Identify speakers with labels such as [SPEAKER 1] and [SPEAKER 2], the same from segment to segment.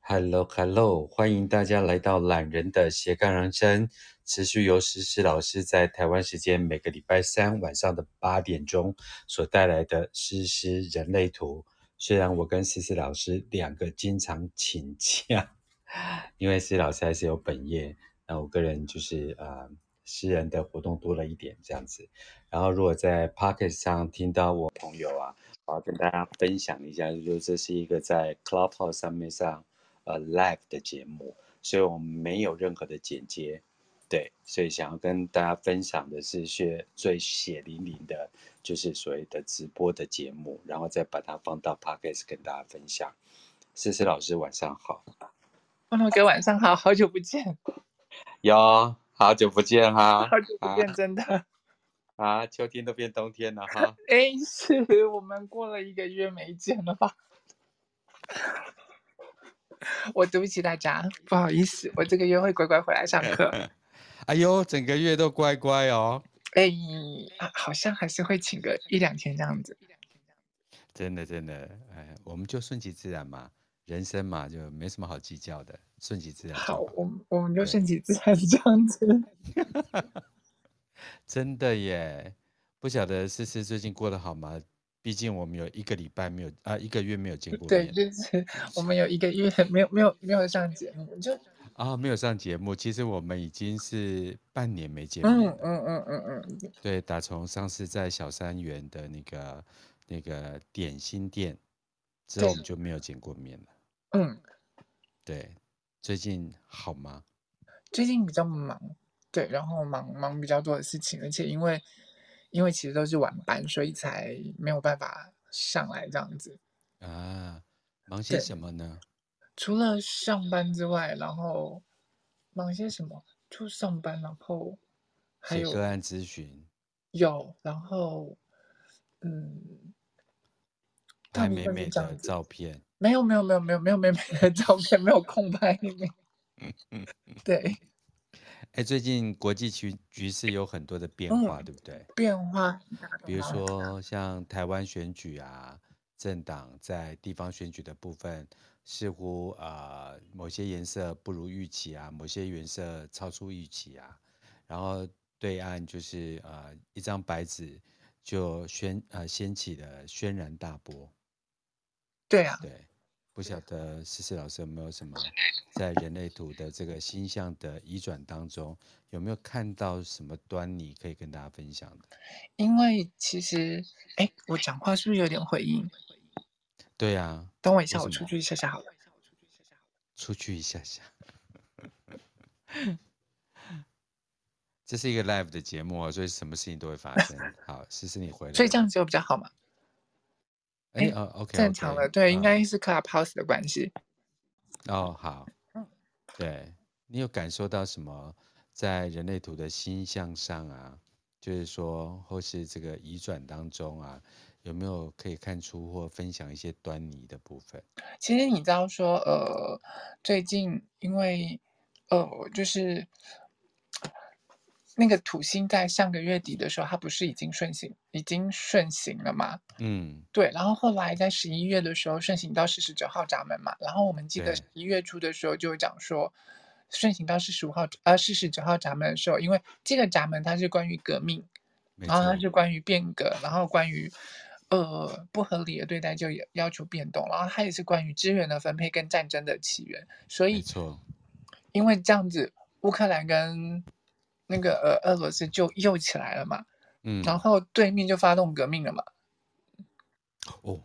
[SPEAKER 1] h e l l o h e l l o 欢迎大家来到懒人的斜杠人生，持续由诗诗老师在台湾时间每个礼拜三晚上的八点钟所带来的诗诗人类图。虽然我跟诗诗老师两个经常请假，因为诗老师还是有本业，那我个人就是呃诗人的活动多了一点这样子。然后如果在 Pocket 上听到我朋友啊，我要跟大家分享一下，就是说这是一个在 Clubhouse 上面上呃 live 的节目，所以我们没有任何的剪接，对，所以想要跟大家分享的是血最血淋淋的，就是所谓的直播的节目，然后再把它放到 Podcast 跟大家分享。思思老师晚上好，
[SPEAKER 2] 哦，哥晚上好，好久不见，
[SPEAKER 1] 哟，好久不见 哈，
[SPEAKER 2] 好久不见，真的。
[SPEAKER 1] 啊，秋天都变冬天了哈。
[SPEAKER 2] 哎，是我们过了一个月没见了吧？我对不起大家，不好意思，我这个月会乖乖回来上 课。
[SPEAKER 3] 哎呦，整个月都乖乖哦，
[SPEAKER 2] 哎，好像还是会请个一两天这样子。
[SPEAKER 3] 真的真的，哎，我们就顺其自然嘛，人生嘛就没什么好计较的，顺其自然就
[SPEAKER 2] 好，
[SPEAKER 3] 好。
[SPEAKER 2] 我们我们就
[SPEAKER 3] 对
[SPEAKER 2] 顺其自然这样子。
[SPEAKER 3] 真的耶，不晓得思思最近过得好吗？毕竟我们有一个礼拜没有啊，一个月没有见过
[SPEAKER 2] 对，
[SPEAKER 3] 面
[SPEAKER 2] 就是我们有一个月没有没有没有上节目，就
[SPEAKER 3] 啊，没有上节目。其实我们已经是半年没见
[SPEAKER 2] 嗯
[SPEAKER 3] 面
[SPEAKER 2] 嗯
[SPEAKER 3] 了。
[SPEAKER 2] 嗯嗯嗯，
[SPEAKER 3] 对，打从上次在小三元的那个那个点心店之后，我
[SPEAKER 2] 对
[SPEAKER 3] 们就没有见过面了。
[SPEAKER 2] 嗯，
[SPEAKER 3] 对，最近好吗？
[SPEAKER 2] 最近比较忙，对，然后忙忙比较多的事情，而且因为因为其实都是晚班，所以才没有办法上来这样子。
[SPEAKER 3] 啊，忙些
[SPEAKER 2] 对
[SPEAKER 3] 什么呢？
[SPEAKER 2] 除了上班之外，然后忙些什么？就上班，然后还
[SPEAKER 3] 写
[SPEAKER 2] 有
[SPEAKER 3] 个案咨询，
[SPEAKER 2] 有，然后嗯，大
[SPEAKER 3] 拍
[SPEAKER 2] 部
[SPEAKER 3] 美
[SPEAKER 2] 分是
[SPEAKER 3] 美
[SPEAKER 2] 这样
[SPEAKER 3] 的
[SPEAKER 2] 子
[SPEAKER 3] 照片。
[SPEAKER 2] 没有没有没有没有没有没有没有照片，没有空拍面。
[SPEAKER 3] 嗯
[SPEAKER 2] 对，
[SPEAKER 3] 哎，最近国际局局势有很多的变
[SPEAKER 2] 嗯
[SPEAKER 3] 化，对不对？
[SPEAKER 2] 变化
[SPEAKER 3] 比如说像台湾选举啊，政党在地方选举的部分，似乎呃某些颜色不如预期啊，某些颜色超出预期啊，然后对岸就是呃一张白纸就掀呃掀起了轩然大波。
[SPEAKER 2] 对啊，
[SPEAKER 3] 对，不晓得思思老师有没有什么在人类图的这个星象的移转当中，有没有看到什么端倪可以跟大家分享的？
[SPEAKER 2] 因为其实哎，我讲话是不是有点回音？
[SPEAKER 3] 对啊，
[SPEAKER 2] 等我一下，
[SPEAKER 3] 为
[SPEAKER 2] 我
[SPEAKER 3] 什
[SPEAKER 2] 出
[SPEAKER 3] 么
[SPEAKER 2] 去一下下好了。
[SPEAKER 3] 出去一下下。这是一个 live 的节目、哦，所以什么事情都会发生。好，思思你回来了，
[SPEAKER 2] 所以这样子有比较好嘛？
[SPEAKER 3] 哎
[SPEAKER 2] 哎
[SPEAKER 3] 哦，OK，
[SPEAKER 2] 正常的，
[SPEAKER 3] 嗯
[SPEAKER 2] 对，应该是 Clubhouse 的关系。
[SPEAKER 3] 哦好
[SPEAKER 2] 嗯，
[SPEAKER 3] 对你有感受到什么在人类图的星象上啊，就是说或是这个移转当中啊，有没有可以看出或分享一些端倪的部分？
[SPEAKER 2] 其实你知道说，呃，最近因为呃，就是那个土星在上个月底的时候，它不是已经顺行，已经顺行了吗？
[SPEAKER 3] 嗯，
[SPEAKER 2] 对，然后后来在十一月的时候顺行到四十九号闸门嘛，然后我们记得
[SPEAKER 3] 对
[SPEAKER 2] 一月初的时候就讲说，顺行到四十五号呃四十九号闸门的时候，因为这个闸门它是关于革命，
[SPEAKER 3] 没
[SPEAKER 2] 然后它
[SPEAKER 3] 错，
[SPEAKER 2] 是关于变革，然后关于呃不合理的对待就也要求变动，然后它也是关于资源的分配跟战争的起源，所
[SPEAKER 3] 没
[SPEAKER 2] 以
[SPEAKER 3] 错，
[SPEAKER 2] 因为这样子，乌克兰跟那个呃俄罗斯就又起来了嘛，
[SPEAKER 3] 嗯，
[SPEAKER 2] 然后对面就发动革命了嘛，
[SPEAKER 3] 哦，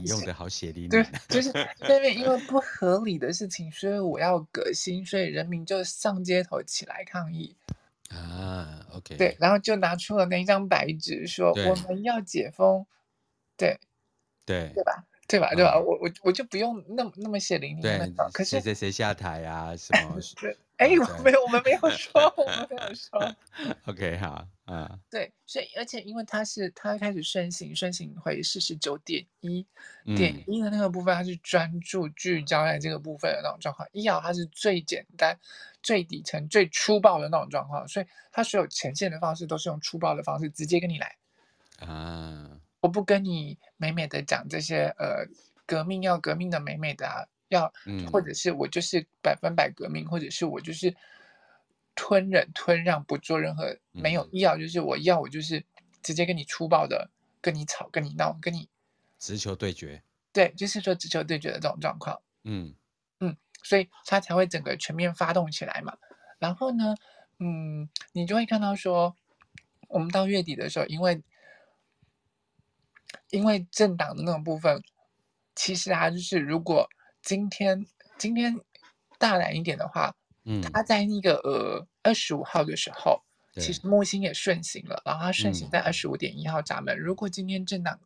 [SPEAKER 3] 你
[SPEAKER 2] 不
[SPEAKER 3] 用
[SPEAKER 2] 起
[SPEAKER 3] 的好血淋淋
[SPEAKER 2] 对
[SPEAKER 3] 啊，
[SPEAKER 2] 就是对面因为不合理的事情，所以我要革新，所以人民就上街头起来抗议。
[SPEAKER 3] 啊，OK，
[SPEAKER 2] 对，然后就拿出了那一张白纸，说
[SPEAKER 3] 对
[SPEAKER 2] 我们要解封，对
[SPEAKER 3] 对
[SPEAKER 2] 对吧？对吧？对吧？
[SPEAKER 3] 啊
[SPEAKER 2] 我我我就不用那么那么血淋淋的那
[SPEAKER 3] 对
[SPEAKER 2] 种。可是
[SPEAKER 3] 谁，谁谁下台啊，什么是
[SPEAKER 2] 对哎，
[SPEAKER 3] 啊
[SPEAKER 2] 我没有，我们没有说，我们没有说。
[SPEAKER 3] ？OK，好啊，
[SPEAKER 2] 对，所以而且因为它是它开始顺行，顺行回四十九点一点
[SPEAKER 3] 嗯，
[SPEAKER 2] 一的那个部分，它是专注聚焦在这个部分的那种状况。一爻它是最简单、最底层、最粗暴的那种状况，所以它所有呈现的方式都是用粗暴的方式直接跟你来。
[SPEAKER 3] 啊，
[SPEAKER 2] 我不跟你美美的讲这些呃革命要革命的美美的、啊，要，
[SPEAKER 3] 嗯
[SPEAKER 2] 或者是我就是百分百革命，或者是我就是吞忍吞让，不做任何没有
[SPEAKER 3] 嗯
[SPEAKER 2] 要，就是我要我就是直接跟你粗暴的跟你吵，跟你闹，跟你
[SPEAKER 3] 直球对决，
[SPEAKER 2] 对，就是说直球对决的这种状况。
[SPEAKER 3] 嗯
[SPEAKER 2] 所以它才会整个全面发动起来嘛。然后呢，嗯，你就会看到说，我们到月底的时候，因为因为政党的那种部分，其实啊，就是如果今天今天大胆一点的话，
[SPEAKER 3] 嗯，
[SPEAKER 2] 他在那个呃二十五号的时候，其
[SPEAKER 3] 对
[SPEAKER 2] 实木星也顺行了，然后它顺行
[SPEAKER 3] 嗯
[SPEAKER 2] 在二十五点一号闸门。如果今天政党，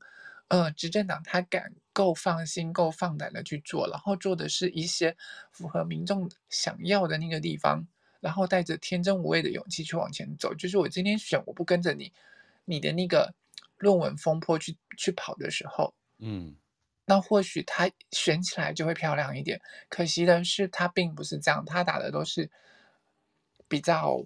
[SPEAKER 2] 呃，执政党他敢够放心、够放胆的去做，然后做的是一些符合民众想要的那个地方，然后带着天真无畏的勇气去往前走。就是我今天选，我不跟着你，你的那个论文风波去去跑的时候，
[SPEAKER 3] 嗯
[SPEAKER 2] 那或许他选起来就会漂亮一点。可惜的是，他并不是这样，他打的都是比较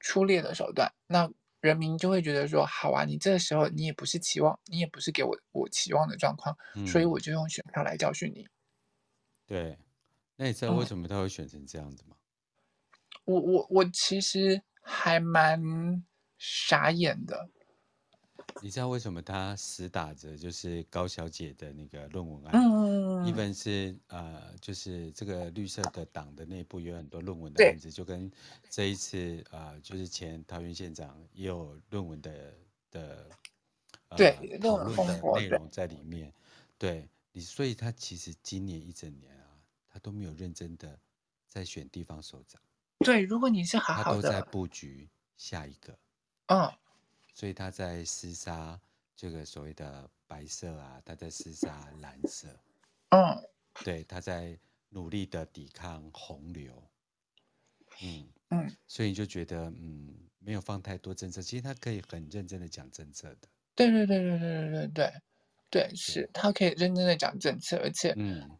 [SPEAKER 2] 粗劣的手段。那人民就会觉得说：好啊，你这个时候你也不是期望，你也不是给我我期望的状况，
[SPEAKER 3] 嗯，
[SPEAKER 2] 所以我就用选票来教训你。
[SPEAKER 3] 对，那你知道为
[SPEAKER 2] 嗯
[SPEAKER 3] 什么他会选成这样子吗？
[SPEAKER 2] 我我我其实还蛮傻眼的，
[SPEAKER 3] 你知道为什么他死打着就是高小姐的那个论文案？
[SPEAKER 2] 嗯，
[SPEAKER 3] 一本是呃，就是这个绿色的党的内部也有很多论文的
[SPEAKER 2] 对
[SPEAKER 3] 案子，就跟这一次呃，就是前桃园县长也有论文的的呃
[SPEAKER 2] 对
[SPEAKER 3] 讨
[SPEAKER 2] 论文
[SPEAKER 3] 论
[SPEAKER 2] 风
[SPEAKER 3] 的
[SPEAKER 2] 波
[SPEAKER 3] 内
[SPEAKER 2] 对
[SPEAKER 3] 容在里面。对你，所以他其实今年一整年啊，他都没有认真的在选地方首长，
[SPEAKER 2] 对，如果你是好
[SPEAKER 3] 他
[SPEAKER 2] 啊好
[SPEAKER 3] 都在
[SPEAKER 2] 的，
[SPEAKER 3] 布局下一个。
[SPEAKER 2] 嗯，
[SPEAKER 3] 所以他在厮杀这个所谓的白色啊，他在厮杀蓝色，
[SPEAKER 2] 嗯，
[SPEAKER 3] 对，他在努力的抵抗洪流，嗯
[SPEAKER 2] 嗯，
[SPEAKER 3] 所以你就觉得嗯没有放太多政策，其实他可以很认真的讲政策的，
[SPEAKER 2] 对对对对对对对对，对是他可以认真的讲政策，而且
[SPEAKER 3] 嗯，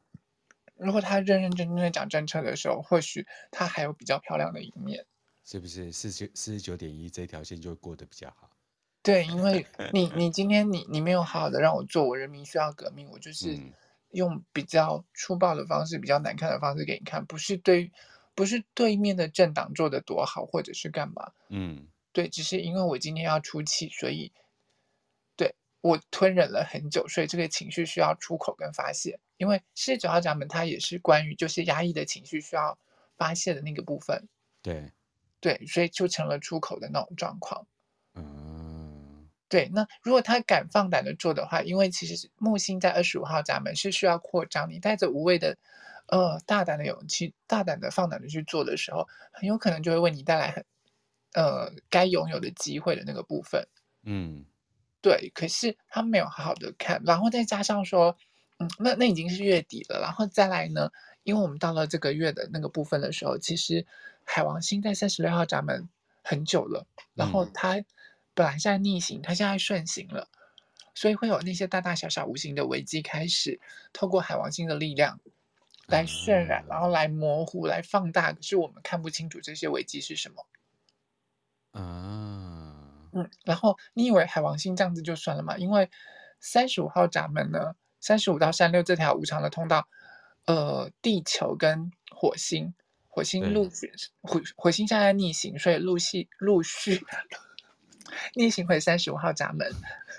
[SPEAKER 2] 如果他认认真真的讲政策的时候，或许他还有比较漂亮的一面。
[SPEAKER 3] 是不是四九四十九点一这条线就会过得比较好？
[SPEAKER 2] 对，因为你你今天你你没有好好的让我做我人民需要革命，我就是
[SPEAKER 3] 嗯
[SPEAKER 2] 用比较粗暴的方式、比较难看的方式给你看，不是对不是对面的政党做的多好，或者是干嘛，
[SPEAKER 3] 嗯
[SPEAKER 2] 对，只是因为我今天要出气，所以对我吞忍了很久，所以这个情绪需要出口跟发泄。因为四十九号闸门它也是关于就是压抑的情绪需要发泄的那个部分，
[SPEAKER 3] 对，
[SPEAKER 2] 对，所以就成了出口的那种状况。
[SPEAKER 3] 嗯
[SPEAKER 2] 对，那如果他敢放胆的做的话，因为其实木星在二十五号闸门是需要扩张，你带着无畏的，呃，大胆的勇气，大胆的放胆的去做的时候，很有可能就会为你带来很，呃，该拥有的机会的那个部分。
[SPEAKER 3] 嗯
[SPEAKER 2] 对，可是他没有好好的看，然后再加上说，嗯，那那已经是月底了，然后再来呢，因为我们到了这个月的那个部分的时候，其实海王星在三十六号闸门很久了，然后
[SPEAKER 3] 嗯
[SPEAKER 2] 它本来是在逆行，它现在顺行了，所以会有那些大大小小无形的危机开始透过海王星的力量来渲染，然后来模糊、来放大，可是我们看不清楚这些危机是什么。
[SPEAKER 3] 啊，
[SPEAKER 2] 嗯，然后你以为海王星这样子就算了嘛？因为三十五号闸门呢，三十五到三六这条无常的通道，呃，地球跟火星，火
[SPEAKER 3] 对
[SPEAKER 2] 星陆续火火星现在逆行，所以陆续陆续逆行回三十五号闸门。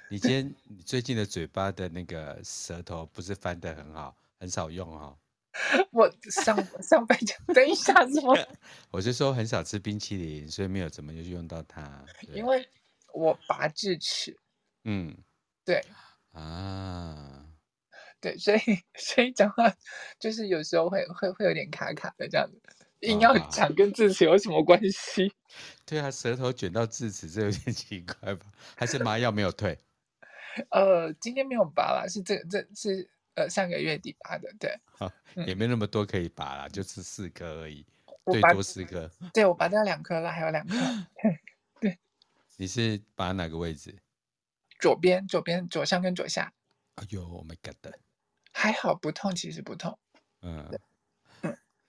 [SPEAKER 3] 你今天你最近的嘴巴的那个舌头不是翻得很好，很少用哈、哦。
[SPEAKER 2] 我上上辈子，等一下什么？
[SPEAKER 3] 我是说很少吃冰淇淋，所以没有怎么就用到它。对
[SPEAKER 2] 因为我拔智齿，
[SPEAKER 3] 嗯
[SPEAKER 2] 对
[SPEAKER 3] 啊，
[SPEAKER 2] 对，所以所以讲话就是有时候会会会有点卡卡的这样子，硬
[SPEAKER 3] 啊
[SPEAKER 2] 要讲跟智齿有什么关系？
[SPEAKER 3] 对啊，舌头卷到智齿，这有点奇怪吧？还是麻药没有退？
[SPEAKER 2] 呃，今天没有拔啦，是这这是呃上个月底拔的，对 嗯
[SPEAKER 3] 也没那么多可以拔啦，就是四颗而已，
[SPEAKER 2] 我
[SPEAKER 3] 最
[SPEAKER 2] 拔
[SPEAKER 3] 多四颗。
[SPEAKER 2] 对，我拔掉两颗了，还有两 颗
[SPEAKER 3] 你是拔哪个位置？
[SPEAKER 2] 左边左边左上跟左下，
[SPEAKER 3] 哎呦，Oh my god！
[SPEAKER 2] 还好不痛，其实不痛。
[SPEAKER 3] 嗯，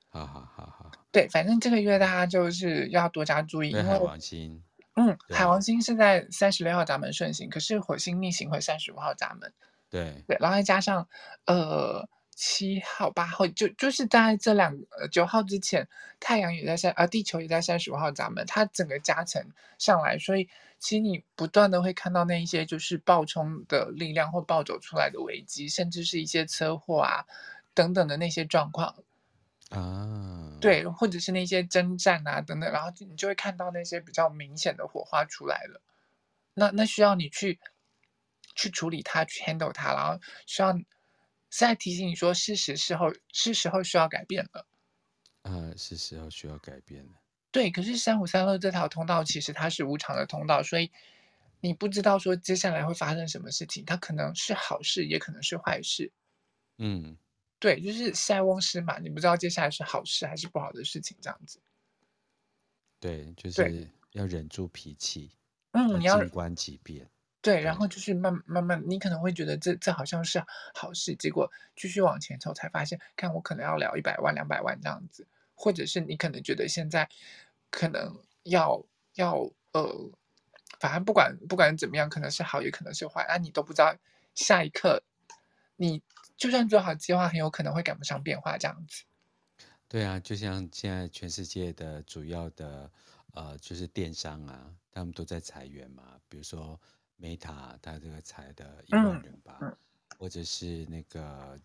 [SPEAKER 3] 好好好好，
[SPEAKER 2] 对，反正这个月大家就是要多加注意，
[SPEAKER 3] 对
[SPEAKER 2] 因
[SPEAKER 3] 海
[SPEAKER 2] 为
[SPEAKER 3] 王星，
[SPEAKER 2] 嗯，
[SPEAKER 3] 对
[SPEAKER 2] 海王星是在三十六号闸门顺行，可是火星逆行回三十五号闸门，
[SPEAKER 3] 对，
[SPEAKER 2] 对，然后再加上呃七号、八号，就就是在这两呃九号之前，太阳也在三呃地球也在三十五号闸门，它整个加成上来，所以其实你不断的会看到那一些就是暴冲的力量或暴走出来的危机，甚至是一些车祸啊等等的那些状况，
[SPEAKER 3] 啊，，
[SPEAKER 2] 对，或者是那些征战啊等等，然后你就会看到那些比较明显的火花出来了。那那需要你去去处理它，去 handle 它，然后需要是在提醒你说，是时事后是时候需要改变了。
[SPEAKER 3] 啊，是时候需要改变了。
[SPEAKER 2] 对，可是三五三六这条通道其实它是无常的通道，所以你不知道说接下来会发生什么事情，它可能是好事，也可能是坏事。
[SPEAKER 3] 嗯，
[SPEAKER 2] 对，就是塞翁失马，你不知道接下来是好事还是不好的事情，这样子。
[SPEAKER 3] 对，就
[SPEAKER 2] 对
[SPEAKER 3] 是要忍住脾气，
[SPEAKER 2] 嗯，你要
[SPEAKER 3] 静观其变。
[SPEAKER 2] 对，然
[SPEAKER 3] 对
[SPEAKER 2] 后就是慢慢慢，你可能会觉得这这好像是好事，结果继续往前走才发现，看我可能要聊一百万、两百万这样子，或者是你可能觉得现在可能要要呃，反正不管不管怎么样，可能是好也可能是坏，啊，你都不知道下一刻你就算做好计划，很有可能会赶不上变化这样子。
[SPEAKER 3] 对啊，就像现在全世界的主要的呃，就是电商啊，他们都在裁员嘛。比如说 Meta，它这个裁的一万
[SPEAKER 2] 嗯
[SPEAKER 3] 人吧，
[SPEAKER 2] 嗯
[SPEAKER 3] 或者是那个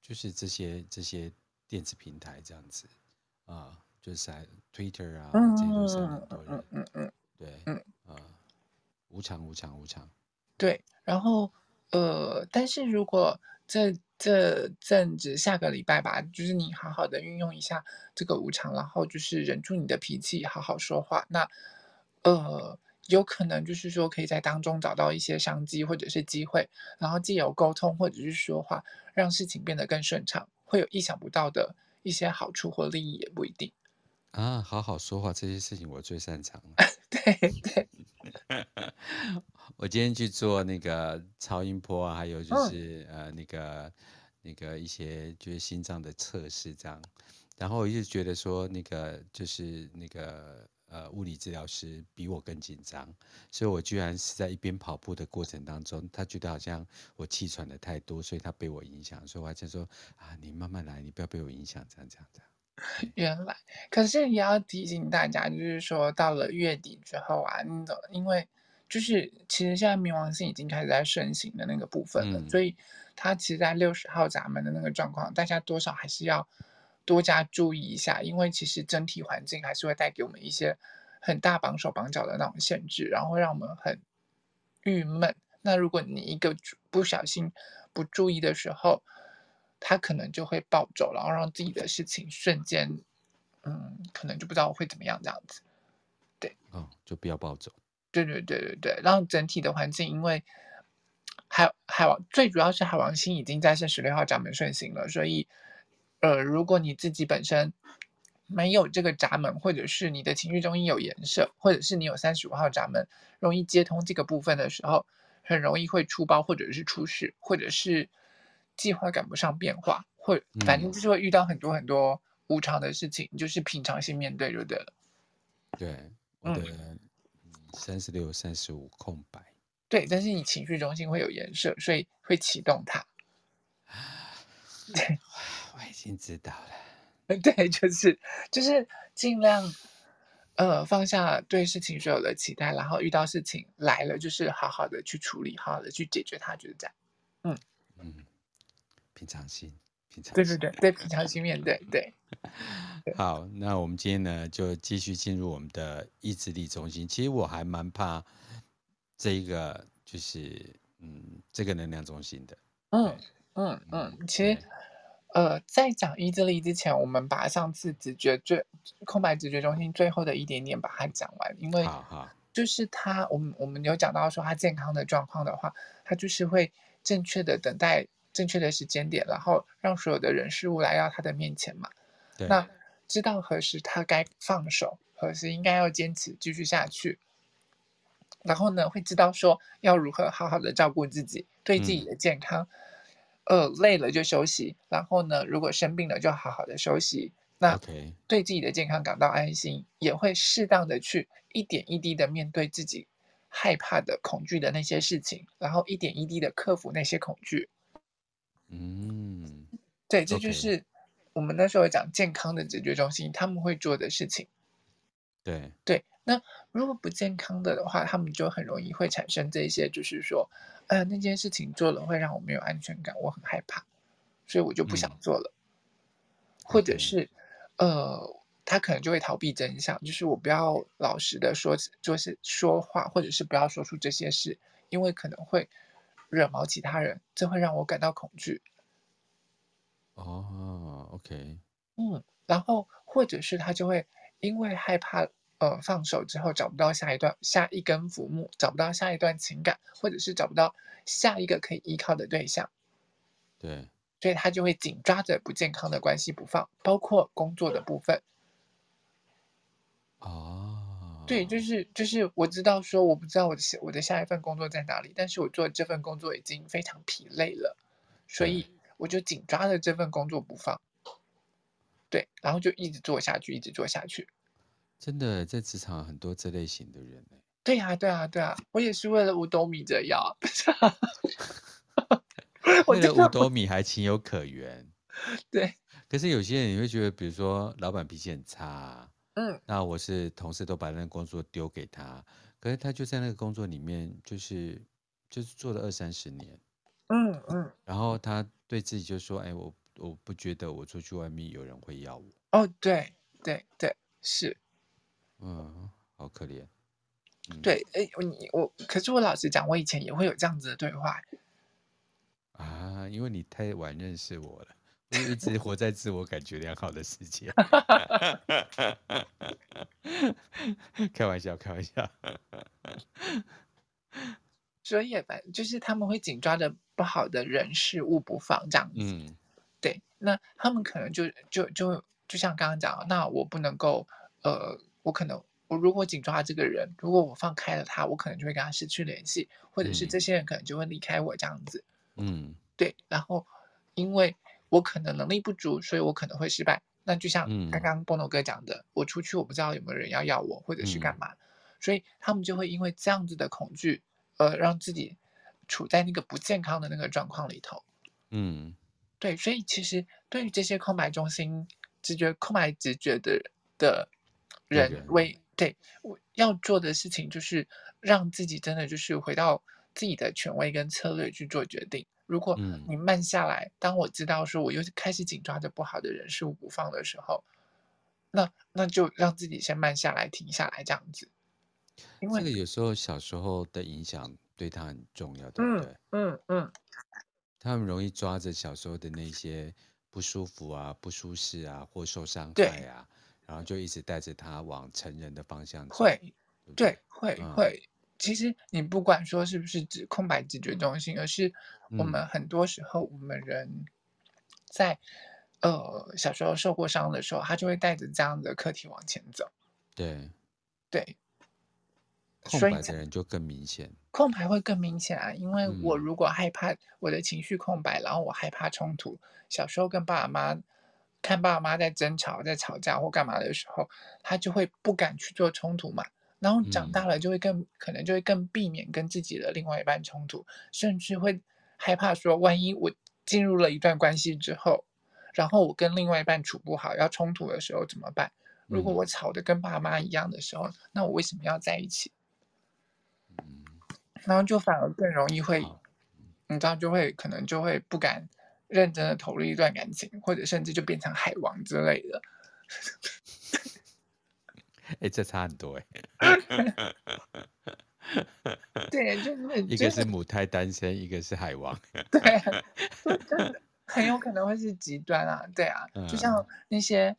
[SPEAKER 3] 就是这些这些电子平台这样子啊、就是裁 Twitter 啊，这些都裁
[SPEAKER 2] 嗯
[SPEAKER 3] 很多
[SPEAKER 2] 嗯
[SPEAKER 3] 人
[SPEAKER 2] 嗯。嗯嗯。
[SPEAKER 3] 对，啊、
[SPEAKER 2] 嗯
[SPEAKER 3] 无常，无常，无常。
[SPEAKER 2] 对，然后呃，但是如果这这阵子下个礼拜吧，就是你好好的运用一下这个无常，然后就是忍住你的脾气，好好说话。那呃，有可能就是说可以在当中找到一些商机或者是机会，然后既有沟通或者是说话，让事情变得更顺畅，会有意想不到的一些好处或利益也不一定。
[SPEAKER 3] 啊，好好说话这些事情我最擅长了。
[SPEAKER 2] 对对，
[SPEAKER 3] 我今天去做那个超音波啊，还有就
[SPEAKER 2] 嗯
[SPEAKER 3] 是、呃那个那个一些就是心脏的测试这样，然后我一直觉得说那个就是那个呃物理治疗师比我更紧张，所以我居然是在一边跑步的过程当中，他觉得好像我气喘的太多，所以他被我影响，所以我还就说啊你慢慢来，你不要被我影响，这样这样这样。
[SPEAKER 2] 原来，可是也要提醒大家，就是说到了月底之后啊，你怎么？因为就是其实现在冥王星已经开始在顺行的那个部分了，
[SPEAKER 3] 嗯
[SPEAKER 2] 所以它其实，在六十号闸门的那个状况，大家多少还是要多加注意一下，因为其实整体环境还是会带给我们一些很大绑手绑脚的那种限制，然后会让我们很郁闷。那如果你一个注不小心、不注意的时候，他可能就会暴走，然后让自己的事情瞬间，嗯，可能就不知道会怎么样这样子。
[SPEAKER 3] 哦，就不要暴走。
[SPEAKER 2] 对对对对对，然后整体的环境因为海海王最主要是海王星已经在是十六号闸门顺行了，所以呃，如果你自己本身没有这个闸门，或者是你的情绪中心有颜色，或者是你有三十五号闸门，容易接通这个部分的时候，很容易会出包，或者是出事，或者是计划赶不上变化，或反正
[SPEAKER 3] 嗯
[SPEAKER 2] 就是会遇到很多很多无常的事情，就是平常心面对就对了。
[SPEAKER 3] 对，我
[SPEAKER 2] 嗯
[SPEAKER 3] 的三十六、三十五空白。
[SPEAKER 2] 对，但是你情绪中心会有颜色，所以会启动它。
[SPEAKER 3] 我已经知道了。
[SPEAKER 2] 对，就是就是尽量呃放下对事情所有的期待，然后遇到事情来了，就是好好的去处理，好好的去解决它，就是这样。
[SPEAKER 3] 嗯，平常心，平常
[SPEAKER 2] 对
[SPEAKER 3] 心。
[SPEAKER 2] 对对，对，平常心面对。对，
[SPEAKER 3] 好，那我们今天呢，就继续进入我们的意志力中心。其实我还蛮怕这一个，就是嗯，这个能量中心的。对
[SPEAKER 2] 嗯嗯嗯，其实
[SPEAKER 3] 对
[SPEAKER 2] 呃，在讲意志力之前，我们把上次直觉最空白直觉中心最后的一点点把它讲完，因为
[SPEAKER 3] 好好，
[SPEAKER 2] 就是他，我们我们有讲到说他健康的状况的话，他就是会正确的等待正确的时间点，然后让所有的人事物来到他的面前嘛。
[SPEAKER 3] 对，
[SPEAKER 2] 那知道何时他该放手，何时应该要坚持继续下去，然后呢，会知道说要如何好好的照顾自己，对自己
[SPEAKER 3] 嗯
[SPEAKER 2] 的健康，呃，累了就休息，然后呢，如果生病了就好好的休息。那
[SPEAKER 3] OK，
[SPEAKER 2] 对自己的健康感到安心，也会适当的去一点一滴的面对自己害怕的、恐惧的那些事情，然后一点一滴的克服那些恐惧。
[SPEAKER 3] 嗯，
[SPEAKER 2] 对，这就
[SPEAKER 3] OK
[SPEAKER 2] 是我们那时候讲健康的解决中心他们会做的事情。
[SPEAKER 3] 对，
[SPEAKER 2] 对，那如果不健康的的话，他们就很容易会产生这一些，就是说，呃，那件事情做了会让我没有安全感，我很害怕，所以我就不想
[SPEAKER 3] 嗯
[SPEAKER 2] 做了，或者
[SPEAKER 3] OK
[SPEAKER 2] 是，呃，他可能就会逃避真相，就是我不要老实的说，就是说话，或者是不要说出这些事，因为可能会惹毛其他人，这会让我感到恐惧。
[SPEAKER 3] 哦，OK，
[SPEAKER 2] 嗯，然后或者是他就会因为害怕，呃，放手之后找不到下一段下一根浮木，找不到下一段情感，或者是找不到下一个可以依靠的对象，
[SPEAKER 3] 对，
[SPEAKER 2] 所以他就会紧抓着不健康的关系不放，包括工作的部分。
[SPEAKER 3] 哦，
[SPEAKER 2] 对，就是就是我知道说我不知道我的下我的下一份工作在哪里，但是我做这份工作已经非常疲累了，所
[SPEAKER 3] 对
[SPEAKER 2] 以我就紧抓着这份工作不放。对，然后就一直做下去，一直做下去。
[SPEAKER 3] 真的在职场很多这类型的人呢。
[SPEAKER 2] 对呀、对呀、对呀、我也是为了五斗米折 腰。 我
[SPEAKER 3] 为了
[SPEAKER 2] 真的
[SPEAKER 3] 五斗米还情有可原，
[SPEAKER 2] 对，
[SPEAKER 3] 可是有些人你会觉得，比如说老板脾气很差啊，
[SPEAKER 2] 嗯，
[SPEAKER 3] 那我是同事都把那个工作丢给他，可是他就在那个工作里面，就是就是做了二三十年，
[SPEAKER 2] 嗯嗯，
[SPEAKER 3] 然后他对自己就说：“哎，我我不觉得我出去外面有人会要我。
[SPEAKER 2] 哦，对对对，是”
[SPEAKER 3] 嗯，好可怜。嗯，
[SPEAKER 2] 对，哎，你我，可是我老实讲，我以前也会有这样子的对话，
[SPEAKER 3] 啊，因为你太晚认识我了，我一直活在自我感觉良好的世界。 开玩笑，开玩笑。
[SPEAKER 2] 所以也反就是他们会紧抓着不好的人事物不放这样子。
[SPEAKER 3] 嗯，
[SPEAKER 2] 对，那他们可能就就就就像刚刚讲的，那我不能够，呃，我可能我如果紧抓这个人，如果我放开了他，我可能就会跟他失去联系，或者是
[SPEAKER 3] 嗯
[SPEAKER 2] 这些人可能就会离开我这样子。
[SPEAKER 3] 嗯
[SPEAKER 2] 对，然后因为我可能能力不足，所以我可能会失败。那就像
[SPEAKER 3] 嗯
[SPEAKER 2] 刚刚波诺哥讲的，我出去我不知道有没有人要要我，或者是
[SPEAKER 3] 嗯
[SPEAKER 2] 干嘛，所以他们就会因为这样子的恐惧，呃，让自己处在那个不健康的那个状况里头。
[SPEAKER 3] 嗯，
[SPEAKER 2] 对，所以其实对于这些空白中心直觉、空白直觉的的
[SPEAKER 3] 的
[SPEAKER 2] 人
[SPEAKER 3] 人，
[SPEAKER 2] 为对我要做的事情，就是让自己真的就是回到自己的权威跟策略去做决定。如果
[SPEAKER 3] 嗯
[SPEAKER 2] 你慢下来，当我知道说我又开始紧抓着不好的人事物不放的时候，那那就让自己先慢下来，停下来这样子，
[SPEAKER 3] 这
[SPEAKER 2] 因为
[SPEAKER 3] 个有时候小时候的影响对他很重要，对不
[SPEAKER 2] 嗯
[SPEAKER 3] 对？
[SPEAKER 2] 嗯嗯，
[SPEAKER 3] 他很容易抓着小时候的那些不舒服啊、不舒适啊，或受伤
[SPEAKER 2] 对
[SPEAKER 3] 害啊，然后就一直带着他往成人的方向走，
[SPEAKER 2] 会
[SPEAKER 3] 对不
[SPEAKER 2] 对，会
[SPEAKER 3] 嗯
[SPEAKER 2] 会。其实你不管说是不是指空白直觉中心，而是我
[SPEAKER 3] 嗯
[SPEAKER 2] 们很多时候我们人在呃小时候受过伤的时候，他就会带着这样的课题往前走。
[SPEAKER 3] 对，
[SPEAKER 2] 对，
[SPEAKER 3] 空
[SPEAKER 2] 所以
[SPEAKER 3] 白
[SPEAKER 2] 才
[SPEAKER 3] 的人就更明显。
[SPEAKER 2] 空白会更明显啊，因为我
[SPEAKER 3] 嗯
[SPEAKER 2] 如果害怕我的情绪空白，然后我害怕冲突，小时候跟爸爸妈妈看爸爸妈妈在争吵、在吵架或干嘛的时候，他就会不敢去做冲突嘛。然后长大
[SPEAKER 3] 嗯
[SPEAKER 2] 了就会更可能就会更避免跟自己的另外一半冲突，甚至会害怕说，万一我进入了一段关系之后，然后我跟另外一半处不好要冲突的时候怎么办？如果
[SPEAKER 3] 嗯
[SPEAKER 2] 我吵得跟爸妈一样的时候，那我为什么要在一起？
[SPEAKER 3] 嗯，
[SPEAKER 2] 然后就反而更容易会，
[SPEAKER 3] 好，
[SPEAKER 2] 你知道，就会可能就会不敢认真的投入一段感情，或者甚至就变成海王之类 的。
[SPEAKER 3] 哎、这差很多哎、
[SPEAKER 2] 对，就会
[SPEAKER 3] 一
[SPEAKER 2] 真
[SPEAKER 3] 个是
[SPEAKER 2] 的
[SPEAKER 3] 母胎单身，一个是海王。
[SPEAKER 2] 对，就真的很有可能会是极端啊，对啊，就
[SPEAKER 3] 嗯，
[SPEAKER 2] 像那些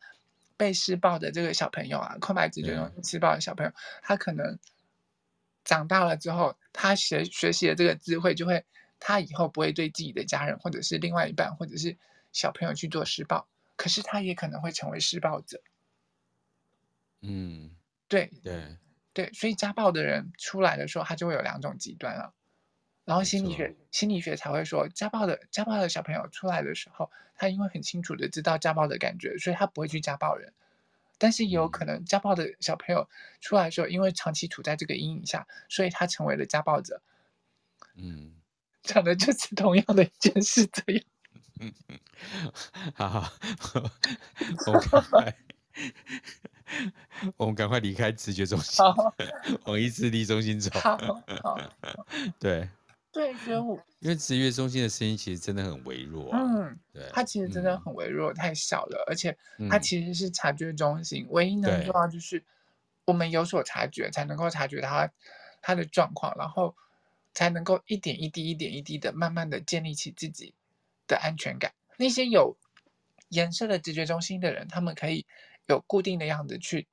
[SPEAKER 2] 被施暴的这个小朋友啊，空白直觉
[SPEAKER 3] 对
[SPEAKER 2] 中施暴的小朋友，他可能长大了之后，他学学习的这个智慧，就会他以后不会对自己的家人，或者是另外一半，或者是小朋友去做施暴，可是他也可能会成为施暴者，
[SPEAKER 3] 嗯，
[SPEAKER 2] 对，
[SPEAKER 3] 对，
[SPEAKER 2] 对，所以家暴的人出来的时候，他就会有两种极端了。然后
[SPEAKER 3] 没
[SPEAKER 2] 心理
[SPEAKER 3] 错，
[SPEAKER 2] 学心理学才会说，家暴的家暴的小朋友出来的时候，他因为很清楚的知道家暴的感觉，所以他不会去家暴人。但是也有可
[SPEAKER 3] 嗯
[SPEAKER 2] 能家暴的小朋友出来的时候，因为长期处在这个阴影下，所以他成为了家暴者。
[SPEAKER 3] 嗯，
[SPEAKER 2] 讲的就是同样的一件事，这样。
[SPEAKER 3] 好好，我们赶快，我们赶快离开直觉中心
[SPEAKER 2] 好，
[SPEAKER 3] 往意志力中心走。
[SPEAKER 2] 好好，
[SPEAKER 3] 对，
[SPEAKER 2] 对，觉得我，
[SPEAKER 3] 因为职业中心的声音其实真的很微弱、啊。
[SPEAKER 2] 嗯，
[SPEAKER 3] 对，
[SPEAKER 2] 它其实真的
[SPEAKER 3] 嗯
[SPEAKER 2] 很微弱，太小了，而且它
[SPEAKER 3] 嗯
[SPEAKER 2] 其实是察觉中心，唯一能
[SPEAKER 3] 对
[SPEAKER 2] 做到就是我们有所察觉，才能够察觉它它的状况，然后才能够一点一滴、一点一滴的慢慢的建立起自己的安全感。那些有颜色的直觉中心的人，他们可以有固定的样子去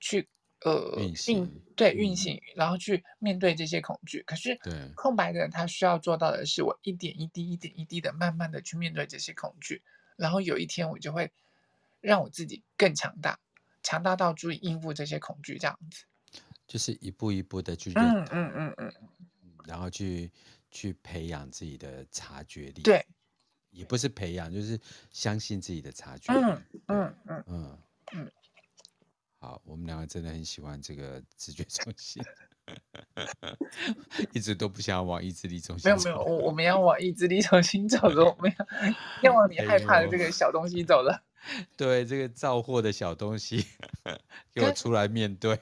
[SPEAKER 2] 去呃
[SPEAKER 3] 运行
[SPEAKER 2] 对
[SPEAKER 3] 嗯
[SPEAKER 2] 运行，然后去面对这些恐惧。可是
[SPEAKER 3] 对
[SPEAKER 2] 空白的人，他需要做到的是，我一点一滴、一点一滴的慢慢的去面对这些恐惧。然后有一天我就会让我自己更强大，强大到足以应付这些恐惧，这样子。
[SPEAKER 3] 就是一步一步的去认
[SPEAKER 2] 嗯
[SPEAKER 3] 同，
[SPEAKER 2] 嗯嗯嗯，
[SPEAKER 3] 然后去去培养自己的察觉力。
[SPEAKER 2] 对，
[SPEAKER 3] 也不是培养，就是相信自己的察觉力。
[SPEAKER 2] 嗯
[SPEAKER 3] 对
[SPEAKER 2] 嗯嗯，
[SPEAKER 3] 嗯
[SPEAKER 2] 嗯，
[SPEAKER 3] 好，我们两个真的很喜欢这个直觉中心， 一直都不想要往意志力中
[SPEAKER 2] 没
[SPEAKER 3] 心
[SPEAKER 2] 有没有，
[SPEAKER 3] 走
[SPEAKER 2] 我我们要往意志力 重新走的，我们 要要往你
[SPEAKER 3] 哎
[SPEAKER 2] 害怕的这
[SPEAKER 3] 呦
[SPEAKER 2] 个小东西 走了。
[SPEAKER 3] 对这个造祸的小东 西，给我
[SPEAKER 2] 对
[SPEAKER 3] 出来面对。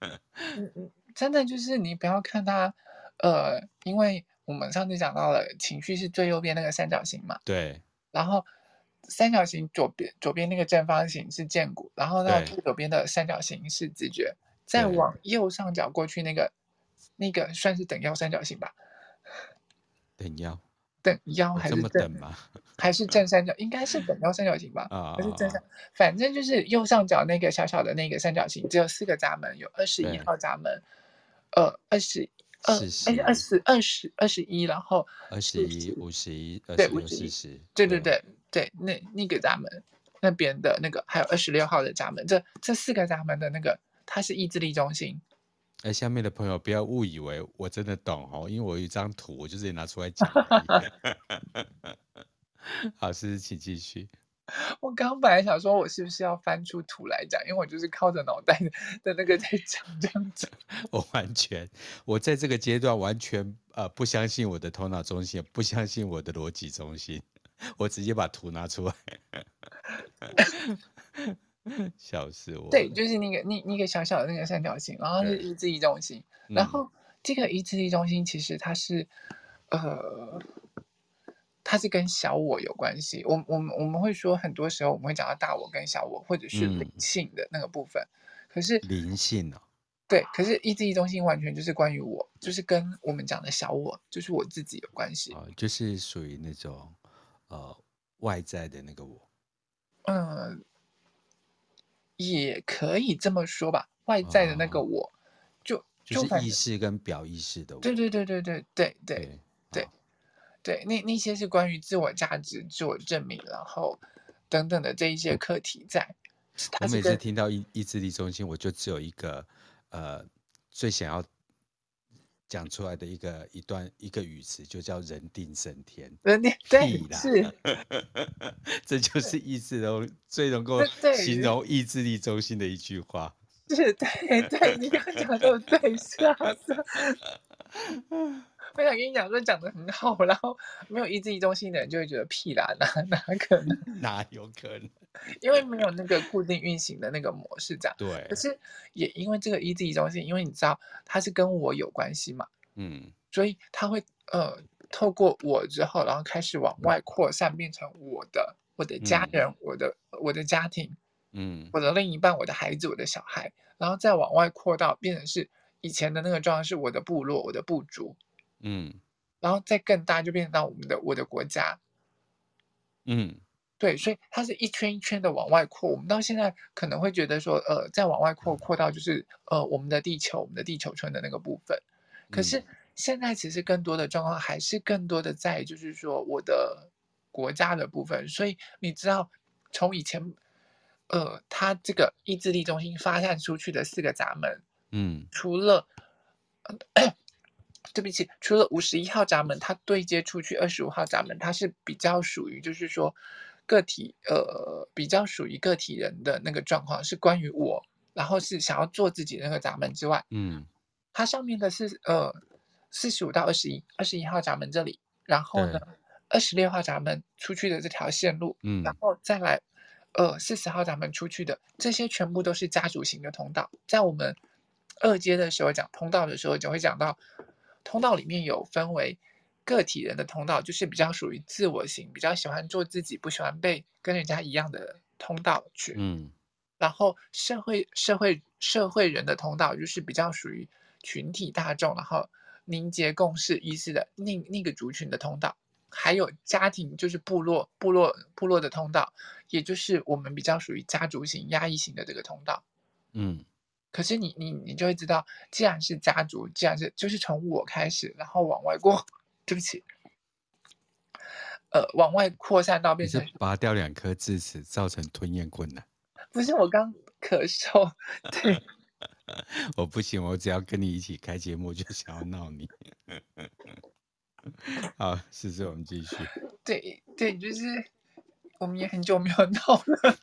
[SPEAKER 2] 嗯真的就是你不要看它，呃，因为我们上次讲到了情绪是最右边那个三角形嘛，
[SPEAKER 3] 对
[SPEAKER 2] 然后三角形左边左边那个正方形是剑骨，然后到
[SPEAKER 3] 对
[SPEAKER 2] 最左边的三角形是直觉，再
[SPEAKER 3] 对
[SPEAKER 2] 往右上角过去那个那个算是等腰三角形吧，
[SPEAKER 3] 等腰，
[SPEAKER 2] 等腰
[SPEAKER 3] 我
[SPEAKER 2] 哦还
[SPEAKER 3] 哦这
[SPEAKER 2] 是
[SPEAKER 3] 么
[SPEAKER 2] 正
[SPEAKER 3] 等吗？
[SPEAKER 2] 还是正三角，应该是等腰三角形吧。
[SPEAKER 3] 啊啊
[SPEAKER 2] 还是
[SPEAKER 3] 啊
[SPEAKER 2] 正
[SPEAKER 3] 啊
[SPEAKER 2] 三，反正就是右上角那个小小的那个三角形，只有四个闸门，有二十一
[SPEAKER 3] 对
[SPEAKER 2] 号闸门，呃，二十二，
[SPEAKER 3] 40
[SPEAKER 2] 哎，二十二十二十一，然后
[SPEAKER 3] 啊二十一、五十一、二
[SPEAKER 2] 对
[SPEAKER 3] 十六、四
[SPEAKER 2] 51
[SPEAKER 3] 十。
[SPEAKER 2] 对对，对对，那那个闸门那边的那个，还有二十六号的闸门，这这四个闸门的那个，它是意志力中心。
[SPEAKER 3] 哎，下面的朋友不要误以为我真的懂哦，因为我有一张图，我就直接拿出来讲而已。 好，思思，请继续。
[SPEAKER 2] 我刚刚本来想说，我是不是要翻出图来讲，因为我就是靠着脑袋的 的那个在讲这样子。
[SPEAKER 3] 我完全，我在这个阶段完全呃不相信我的头脑中心，不相信我的逻辑中心，我直接把图拿出来， 笑死我了。
[SPEAKER 2] 对，就是那个那那个小小的那个三角形，然后是
[SPEAKER 3] 对
[SPEAKER 2] 意志力中心，
[SPEAKER 3] 嗯，
[SPEAKER 2] 然后这个意志力中心其实它是，呃，它是跟小我有关系。我我们我们会说，很多时候我们会讲到大我跟小我，或者是灵
[SPEAKER 3] 嗯
[SPEAKER 2] 性的那个部分。可是
[SPEAKER 3] 灵性哦，
[SPEAKER 2] 对，可是意志力中心完全就是关于我，就是跟我们讲的小我，就是我自己有关系。
[SPEAKER 3] 呃就是属于那种呃外在的那个我，
[SPEAKER 2] 嗯，也可以这么说吧，外在的那个
[SPEAKER 3] 哦
[SPEAKER 2] 我，就
[SPEAKER 3] 就
[SPEAKER 2] 反
[SPEAKER 3] 是意
[SPEAKER 2] 正
[SPEAKER 3] 识跟表意识的我。
[SPEAKER 2] 对对对对对对对
[SPEAKER 3] 对
[SPEAKER 2] 对，那那些是关于自我价值、自我证明，然后等等的这一些课题在，是它
[SPEAKER 3] 我
[SPEAKER 2] 是
[SPEAKER 3] 每次
[SPEAKER 2] 跟
[SPEAKER 3] 听到意意志力中心，我就只有一个呃最想要讲出来的一个一段一个语词，就叫“人定胜天
[SPEAKER 2] 人家呃对
[SPEAKER 3] 屁啦。
[SPEAKER 2] 是，”
[SPEAKER 3] 这就是意志中最能够
[SPEAKER 2] 对
[SPEAKER 3] 形容意志力中心的一句话。
[SPEAKER 2] 是对对，你刚刚讲的都 对，是啊是啊。我想跟你讲说讲的很好，然后没有意志力中心的人就会觉得屁啦，哪哪可能？
[SPEAKER 3] 哪有可能？
[SPEAKER 2] 因为没有那个固定运行的那个模式这样。
[SPEAKER 3] 对
[SPEAKER 2] 可，是也因为这个意志力中心，因为你知道它是跟我有关系嘛，
[SPEAKER 3] 嗯，
[SPEAKER 2] 所以它会呃透过我之后，然后开始往外扩散，变成我的、我的家
[SPEAKER 3] 嗯
[SPEAKER 2] 人、我的、我的家庭、
[SPEAKER 3] 嗯，
[SPEAKER 2] 我的另一半、我的孩子、我的小孩，然后再往外扩到变成是以前的那个状态，是我的部落、我的部族，
[SPEAKER 3] 嗯，
[SPEAKER 2] 然后再更大就变成到我们的我的国家。
[SPEAKER 3] 嗯，
[SPEAKER 2] 对，所以它是一圈一圈的往外扩。我们到现在可能会觉得说，呃，再往外扩，扩到就是呃我们的地球、我们的地球村的那个部分。可是
[SPEAKER 3] 嗯
[SPEAKER 2] 现在其实更多的状况还是更多的在就是说我的国家的部分。所以你知道，从以前，呃，它这个意志力中心发散出去的四个闸门，
[SPEAKER 3] 嗯，
[SPEAKER 2] 除了，对不起，除了五十一号闸门，它对接出去二十五号闸门，它是比较属于就是说个体呃比较属于个体人的那个状况，是关于我，然后是想要做自己的那个闸门之外，
[SPEAKER 3] 嗯，
[SPEAKER 2] 它上面的是呃四十五到二十一，二十一号闸门这里，然后呢，二十六号闸门出去的这条线路，
[SPEAKER 3] 嗯
[SPEAKER 2] 然后再来，呃，四十号闸门出去的，这些全部都是家族型的通道。在我们二阶的时候讲通道的时候，就会讲到通道里面有分为个体人的通道，就是比较属于自我型，比较喜欢做自己，不喜欢被跟人家一样的通道去。
[SPEAKER 3] 嗯
[SPEAKER 2] 然后社会社会社会人的通道就是比较属于群体大众，然后凝结共识一致的那那个族群的通道，还有家庭就是部落部落部落的通道，也就是我们比较属于家族型压抑型的这个通道。
[SPEAKER 3] 嗯
[SPEAKER 2] 可是你你你就会知道，既然是家族，既然是就是从我开始，然后往外过，对不起，呃，往外扩散到
[SPEAKER 3] 你
[SPEAKER 2] 变
[SPEAKER 3] 是
[SPEAKER 2] 成
[SPEAKER 3] 拔掉两颗智齿，造成吞咽困难。
[SPEAKER 2] 不是我刚咳嗽，对。
[SPEAKER 3] 我不行，我只要跟你一起开节目，就想要闹你。 好，思思，我们继续。
[SPEAKER 2] 对对，就是我们也很久没有 闹了。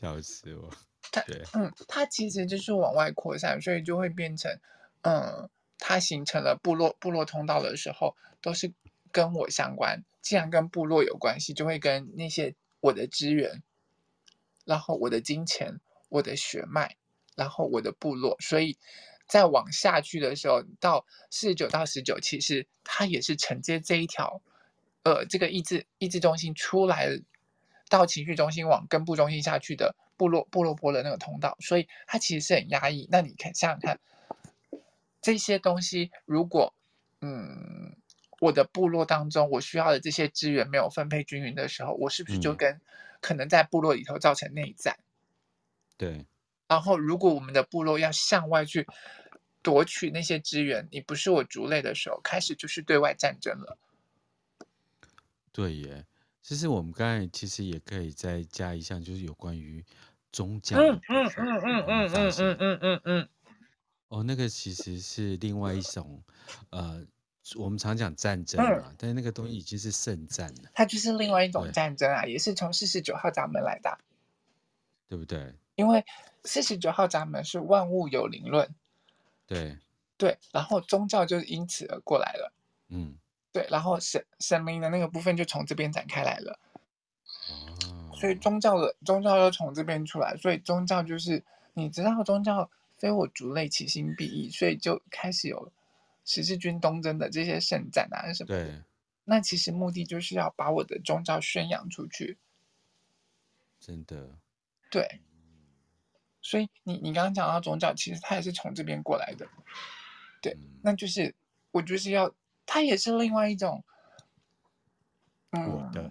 [SPEAKER 3] 笑死我。
[SPEAKER 2] 他
[SPEAKER 3] 对，
[SPEAKER 2] 嗯，它其实就是往外扩散，所以就会变成，嗯，它形成了部落部落通道的时候，都是跟我相关。既然跟部落有关系，就会跟那些我的资源，然后我的金钱、我的血脉，然后我的部落，所以。再往下去的时候，到四十九到十九，其实它也是承接这一条，呃，这个意志意志中心出来了到情绪中心往根部中心下去的部落部落波的那个通道，所以它其实是很压抑。那你看想想看，这些东西如果嗯我的部落当中我需要的这些资源没有分配均匀的时候，我是不是就
[SPEAKER 3] 嗯
[SPEAKER 2] 跟、可能在部落里头造成内战？
[SPEAKER 3] 对，
[SPEAKER 2] 然后，如果我们的部落要向外去夺取那些资源，你不是我族类的时候，开始就是对外战争了。
[SPEAKER 3] 对耶。其实我们刚才其实也可以再加一项，就是有关于宗教的
[SPEAKER 2] 嗯
[SPEAKER 3] 部
[SPEAKER 2] 嗯
[SPEAKER 3] 分。
[SPEAKER 2] 嗯嗯
[SPEAKER 3] 我们
[SPEAKER 2] 嗯
[SPEAKER 3] 发
[SPEAKER 2] 嗯
[SPEAKER 3] 现
[SPEAKER 2] 嗯嗯嗯嗯，
[SPEAKER 3] 哦，那个其实是另外一种，呃，我们常讲战争
[SPEAKER 2] 嗯
[SPEAKER 3] 嘛，但那个东西已经是圣战了，
[SPEAKER 2] 它就是另外一种
[SPEAKER 3] 对
[SPEAKER 2] 战争啊，也是从四十九号闸门来的啊。
[SPEAKER 3] 对不对？
[SPEAKER 2] 因为四十九号闸门是万物有灵论，
[SPEAKER 3] 对，
[SPEAKER 2] 对，然后宗教就因此而过来了，
[SPEAKER 3] 嗯，
[SPEAKER 2] 对，然后神神明的那个部分就从这边展开来了，
[SPEAKER 3] 哦，
[SPEAKER 2] 所以宗教的宗教又从这边出来，所以宗教就是你知道宗教非我族类，其心必异，所以就开始有十字军东征的这些圣战啊什么的，
[SPEAKER 3] 对，
[SPEAKER 2] 那其实目的就是要把我的宗教宣扬出去，
[SPEAKER 3] 真的，
[SPEAKER 2] 对，所以你你刚刚讲到宗教，其实它也是从这边过来的。对
[SPEAKER 3] 嗯，
[SPEAKER 2] 那就是我就是要，它也是另外一种，
[SPEAKER 3] 我
[SPEAKER 2] 嗯，
[SPEAKER 3] 的，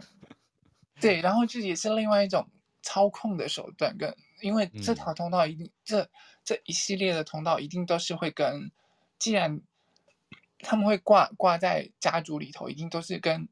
[SPEAKER 2] 对，然后这也是另外一种操控的手段跟，因为这
[SPEAKER 3] 嗯
[SPEAKER 2] 条通道一定，这这一系列的通道一定都是会跟，既然他们会挂挂在家族里头，一定都是跟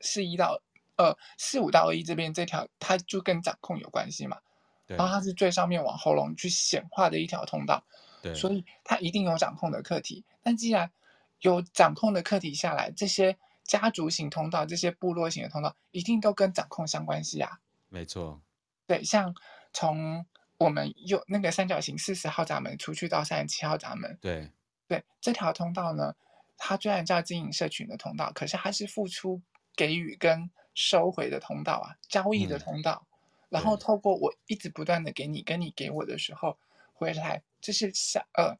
[SPEAKER 2] 四一到呃四五到二一这边这条，它就跟掌控有关系嘛，
[SPEAKER 3] 对
[SPEAKER 2] 然后它是最上面往喉咙去显化的一条通道，
[SPEAKER 3] 对，
[SPEAKER 2] 所以它一定有掌控的课题。但既然有掌控的课题下来，这些家族型通道、这些部落型的通道，一定都跟掌控相关系啊。
[SPEAKER 3] 没错，
[SPEAKER 2] 对，像从我们右那个三角形四十号闸门出去到三十七号闸门，
[SPEAKER 3] 对，
[SPEAKER 2] 对这条通道呢，它虽然叫经营社群的通道，可是它是付出、给予跟收回的通道啊，交易
[SPEAKER 3] 嗯
[SPEAKER 2] 的通道。然后
[SPEAKER 3] 对
[SPEAKER 2] 透过我一直不断的给你，跟你给我的时候回来，这是下呃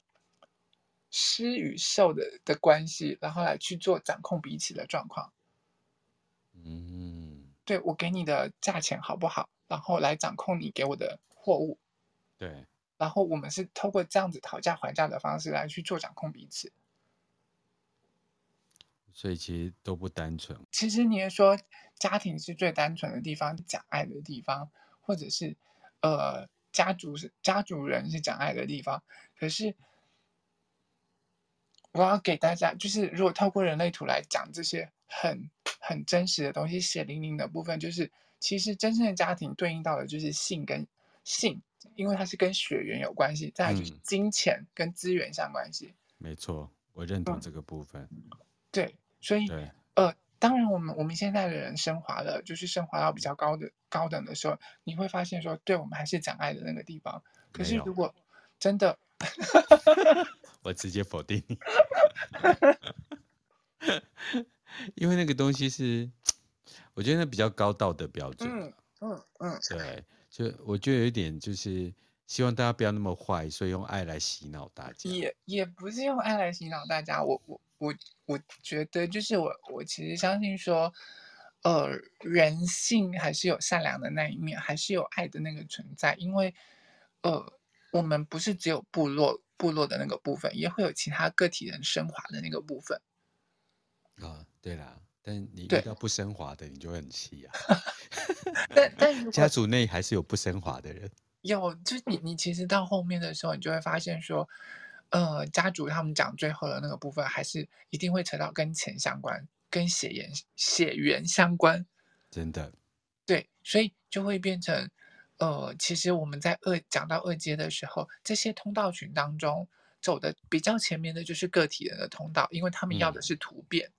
[SPEAKER 2] 施与受的的关系，然后来去做掌控彼此的状况。
[SPEAKER 3] 嗯，
[SPEAKER 2] 对我给你的价钱好不好，然后来掌控你给我的货物，
[SPEAKER 3] 对，
[SPEAKER 2] 然后我们是透过这样子讨价还价的方式来去做掌控彼此。
[SPEAKER 3] 所以其实都不单纯，
[SPEAKER 2] 其实你也说家庭是最单纯的地方，讲爱的地方，或者是呃家族是家族人是讲爱的地方。可是我要给大家，就是如果透过人类图来讲这些很很真实的东西，血淋淋的部分，就是其实真正的家庭对应到的就是性跟性，因为它是跟血缘有关系，再来就是
[SPEAKER 3] 嗯
[SPEAKER 2] 金钱跟资源相关系。
[SPEAKER 3] 没错，我认
[SPEAKER 2] 嗯
[SPEAKER 3] 同这个部分，
[SPEAKER 2] 对，所以
[SPEAKER 3] 对，
[SPEAKER 2] 呃，当然我们我们现在的人升华了，就是升华到比较高的高等的时候，你会发现说，对我们还是讲爱的那个地方。可
[SPEAKER 3] 没
[SPEAKER 2] 是
[SPEAKER 3] 有
[SPEAKER 2] 如果真的
[SPEAKER 3] 我直接否定你， 因为那个东西是，我觉得那比较高道德标准啊、
[SPEAKER 2] 嗯嗯嗯，
[SPEAKER 3] 对，就我觉得有一点就是希望大家不要那么坏，所以用爱来洗脑大家。
[SPEAKER 2] 也也不是用爱来洗脑大家。我我我我觉得就是我我其实相信说，呃，人性还是有善良的那一面，还是有爱的那个存在。因为呃，我们不是只有部落部落的那个部分，也会有其他个体人升华的那个部分。
[SPEAKER 3] 啊，对啦，但你遇
[SPEAKER 2] 对
[SPEAKER 3] 到不升华的，你就会很气啊。
[SPEAKER 2] 但但如 果
[SPEAKER 3] 家族内还是有不升华的人，
[SPEAKER 2] 有，就是你你其实到后面的时候，你就会发现说，呃，家族他们讲最后的那个部分，还是一定会扯到跟钱相关，跟血缘血缘相关。
[SPEAKER 3] 真的。
[SPEAKER 2] 对，所以就会变成，呃，其实我们在二讲到二阶的时候，这些通道群当中走的比较前面的就是个体人的通道，因为他们要的
[SPEAKER 3] 嗯
[SPEAKER 2] 是突变，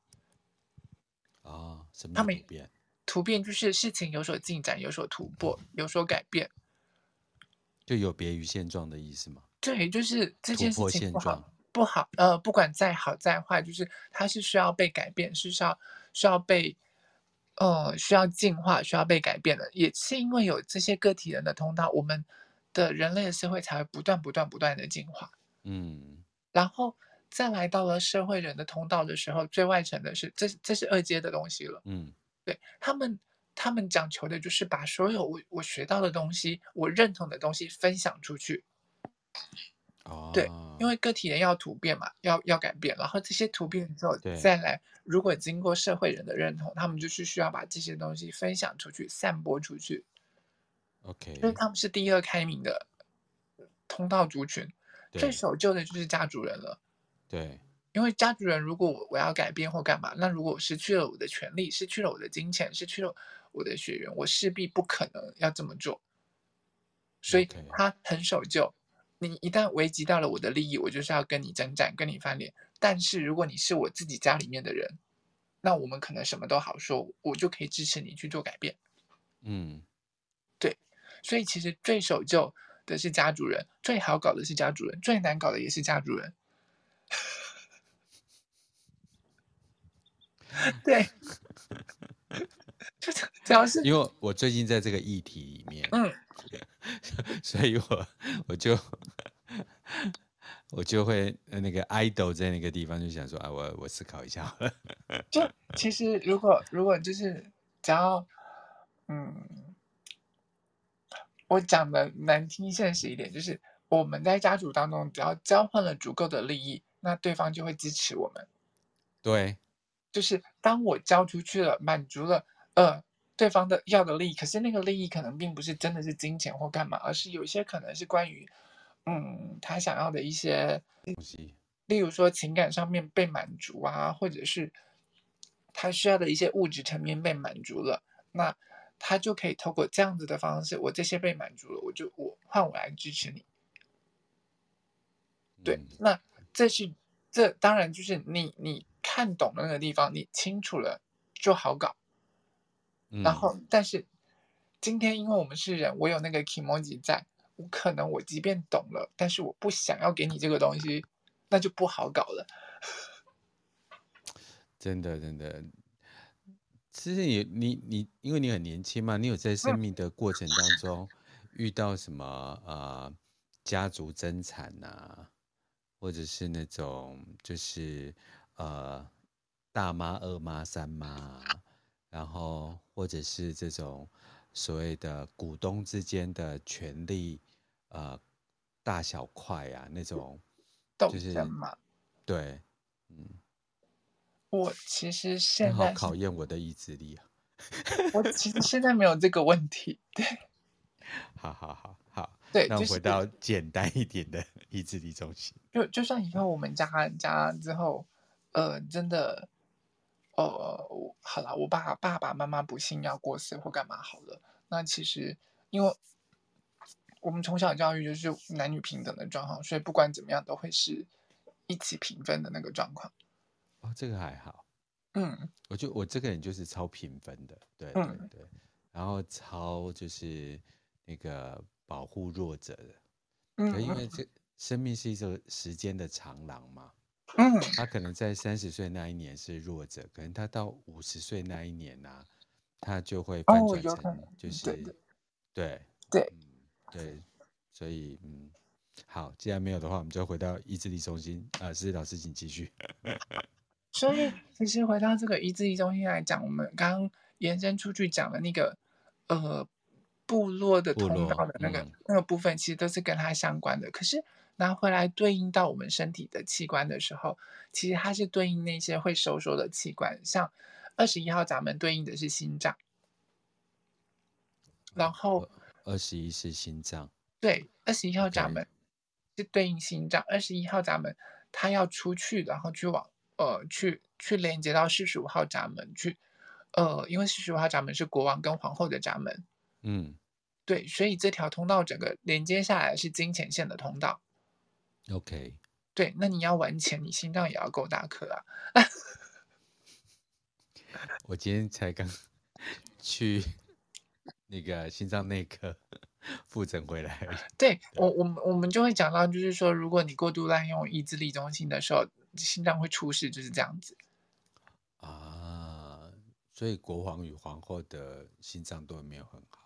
[SPEAKER 3] 哦，什么
[SPEAKER 2] 他
[SPEAKER 3] 叫
[SPEAKER 2] 们
[SPEAKER 3] 突变？
[SPEAKER 2] 突变就是事情有所进展，有所突破，有所改变。
[SPEAKER 3] 就有别于现状的意思吗？
[SPEAKER 2] 对，就是这
[SPEAKER 3] 突
[SPEAKER 2] 件事
[SPEAKER 3] 破
[SPEAKER 2] 情
[SPEAKER 3] 现
[SPEAKER 2] 不
[SPEAKER 3] 状
[SPEAKER 2] 好，不好，呃，不管再好再坏，就是它是需要被改变，是需要需要被，呃，需要进化，需要被改变的。也是因为有这些个体人的通道，我们的人类的社会才会不断不断不断的进化。
[SPEAKER 3] 嗯，
[SPEAKER 2] 然后再来到了社会人的通道的时候，最外层的是，这是这是二阶的东西了。
[SPEAKER 3] 嗯，
[SPEAKER 2] 对他们，他们讲求的就是把所有我我学到的东西，我认同的东西分享出去。
[SPEAKER 3] 哦，
[SPEAKER 2] 对因为个体人要突变嘛，要要改变，然后这些突变之后
[SPEAKER 3] 对
[SPEAKER 2] 再来，如果经过社会人的认同，他们就是需要把这些东西分享出去、散播出去，
[SPEAKER 3] 哦 OK，
[SPEAKER 2] 因为他们是第二开明的通道族群，最
[SPEAKER 3] 对
[SPEAKER 2] 守旧的就是家族人了。
[SPEAKER 3] 对，
[SPEAKER 2] 因为家族人，如果我我要改变或干嘛，那如果我失去了我的权利，失去了我的金钱，失去了我的血缘，我势必不可能要这么做。所以
[SPEAKER 3] OK
[SPEAKER 2] 他很守旧。你一旦危及到了我的利益，我就是要跟你征战，跟你翻脸。但是如果你是我自己家里面的人，那我们可能什么都好说，我就可以支持你去做改变。
[SPEAKER 3] 嗯，
[SPEAKER 2] 所以其实最守旧的是家族人，最好搞的是家族人，最难搞的也是家族人。对， 就是只要是
[SPEAKER 3] 因为我最近在这个议题里面，
[SPEAKER 2] 嗯，
[SPEAKER 3] 所以我我就我就会呃那个 idol 在那个地方就想说啊，我我思考一下好了，
[SPEAKER 2] 就其实如果如果就是只要嗯，我讲的难听现实一点，就是我们在家族当中只要交换了足够的利益，那对方就会支持我们。
[SPEAKER 3] 对，
[SPEAKER 2] 就是当我交出去了，满足了呃对方的要的利益，可是那个利益可能并不是真的是金钱或干嘛，而是有一些可能是关于嗯他想要的一些
[SPEAKER 3] 东西，
[SPEAKER 2] 例如说情感上面被满足啊，或者是他需要的一些物质层面被满足了，那他就可以透过这样子的方式，我这些被满足了，我就我换我来支持你。对，
[SPEAKER 3] 嗯
[SPEAKER 2] 那这是这当然就是你你看懂了那个地方，你清楚了就好搞。
[SPEAKER 3] 嗯
[SPEAKER 2] 然后，但是今天因为我们是人，我有那个 emoji 在，我可能我即便懂了，但是我不想要给你这个东西，那就不好搞了。
[SPEAKER 3] 真的真的，其实你你你，因为你很年轻嘛，你有在生命的过程当中遇到什么呃家族争产啊，或者是那种就是呃大妈、二妈、三妈啊，然后或者是这种所谓的股东之间的权利呃大小块啊那种，
[SPEAKER 2] 斗
[SPEAKER 3] 就是
[SPEAKER 2] 争嘛，
[SPEAKER 3] 对，嗯，
[SPEAKER 2] 我其实
[SPEAKER 3] 那
[SPEAKER 2] 现
[SPEAKER 3] 好
[SPEAKER 2] 在是
[SPEAKER 3] 考验我的意志力啊。
[SPEAKER 2] 我其实现在没有这个问题，对
[SPEAKER 3] 好好好好，
[SPEAKER 2] 对，
[SPEAKER 3] 那
[SPEAKER 2] 就
[SPEAKER 3] 回
[SPEAKER 2] 是
[SPEAKER 3] 到简单一点的意志力中心。
[SPEAKER 2] 就就算以后我们家家之后，呃，真的，呃，我好了，我爸爸爸妈妈不幸要过世或干嘛好了，那其实因为我们从小教育就是男女平等的状况，所以不管怎么样都会是一起平分的那个状况。
[SPEAKER 3] 哦，这个还好，
[SPEAKER 2] 嗯，
[SPEAKER 3] 我就我这个人就是超平分的，对对
[SPEAKER 2] 嗯
[SPEAKER 3] 对，然后超就是那个保护弱者的。
[SPEAKER 2] 嗯
[SPEAKER 3] 可因
[SPEAKER 2] 嗯
[SPEAKER 3] 为这生命是一个时间的长廊嘛，
[SPEAKER 2] 嗯
[SPEAKER 3] 他可能在三十岁那一年是弱者，可能他到五十岁那一年呢、他就会翻
[SPEAKER 2] 哦
[SPEAKER 3] 转
[SPEAKER 2] 有
[SPEAKER 3] 成、
[SPEAKER 2] 可能
[SPEAKER 3] 就
[SPEAKER 2] 对
[SPEAKER 3] 是
[SPEAKER 2] 对
[SPEAKER 3] 对
[SPEAKER 2] 对
[SPEAKER 3] 嗯对，所以嗯，好，既然没有的话，我们就回到意志力中心。呃，思思老师，请继续。
[SPEAKER 2] 所以其实回到这个一字一中心来讲，我们刚刚延伸出去讲的那个呃部落的
[SPEAKER 3] 部
[SPEAKER 2] 通道
[SPEAKER 3] 落
[SPEAKER 2] 的那个、
[SPEAKER 3] 嗯
[SPEAKER 2] 那个部分，其实都是跟它相关的。可是拿回来对应到我们身体的器官的时候，其实它是对应那些会收缩的器官，像二十一号闸门对应的是心脏，然后
[SPEAKER 3] 二十一是心脏，
[SPEAKER 2] 对二十一号闸
[SPEAKER 3] OK
[SPEAKER 2] 门是对应心脏，二十一号闸门它要出去，然后去往呃去去连接到四十五号闸门去，呃，因为四十五号闸门是国王跟皇后的闸门，
[SPEAKER 3] 嗯
[SPEAKER 2] 对，所以这条通道整个连接下来是金钱线的通道。
[SPEAKER 3] ，OK，
[SPEAKER 2] 对，那你要玩钱，你心脏也要够大颗啊。
[SPEAKER 3] 我今天才刚 去那个心脏内科复诊回来而已。
[SPEAKER 2] 对我，我们我们就会讲到，就是说，如果你过度滥用意志力中心的时候，心脏会出事，就是这样子。
[SPEAKER 3] 啊，所以国皇与皇后的心脏都没有很好。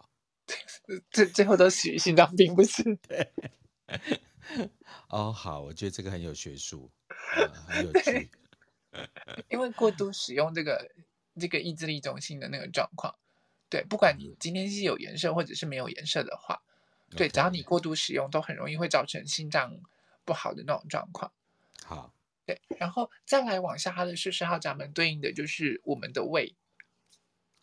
[SPEAKER 2] 最最后都死于心脏病，不是？
[SPEAKER 3] 哦，好，我觉得这个很有学 术，呃、很有趣。
[SPEAKER 2] 因为过度使用这个这个意志力中心的那个状况，对，不管你今天是有颜色或者是没有颜色的话，对，只要你
[SPEAKER 3] OK，
[SPEAKER 2] 过度使用，都很容易会造成心脏不好的那种状况。
[SPEAKER 3] 好，
[SPEAKER 2] 对，然后再来往下，它的四十号闸门对应的就是我们的胃，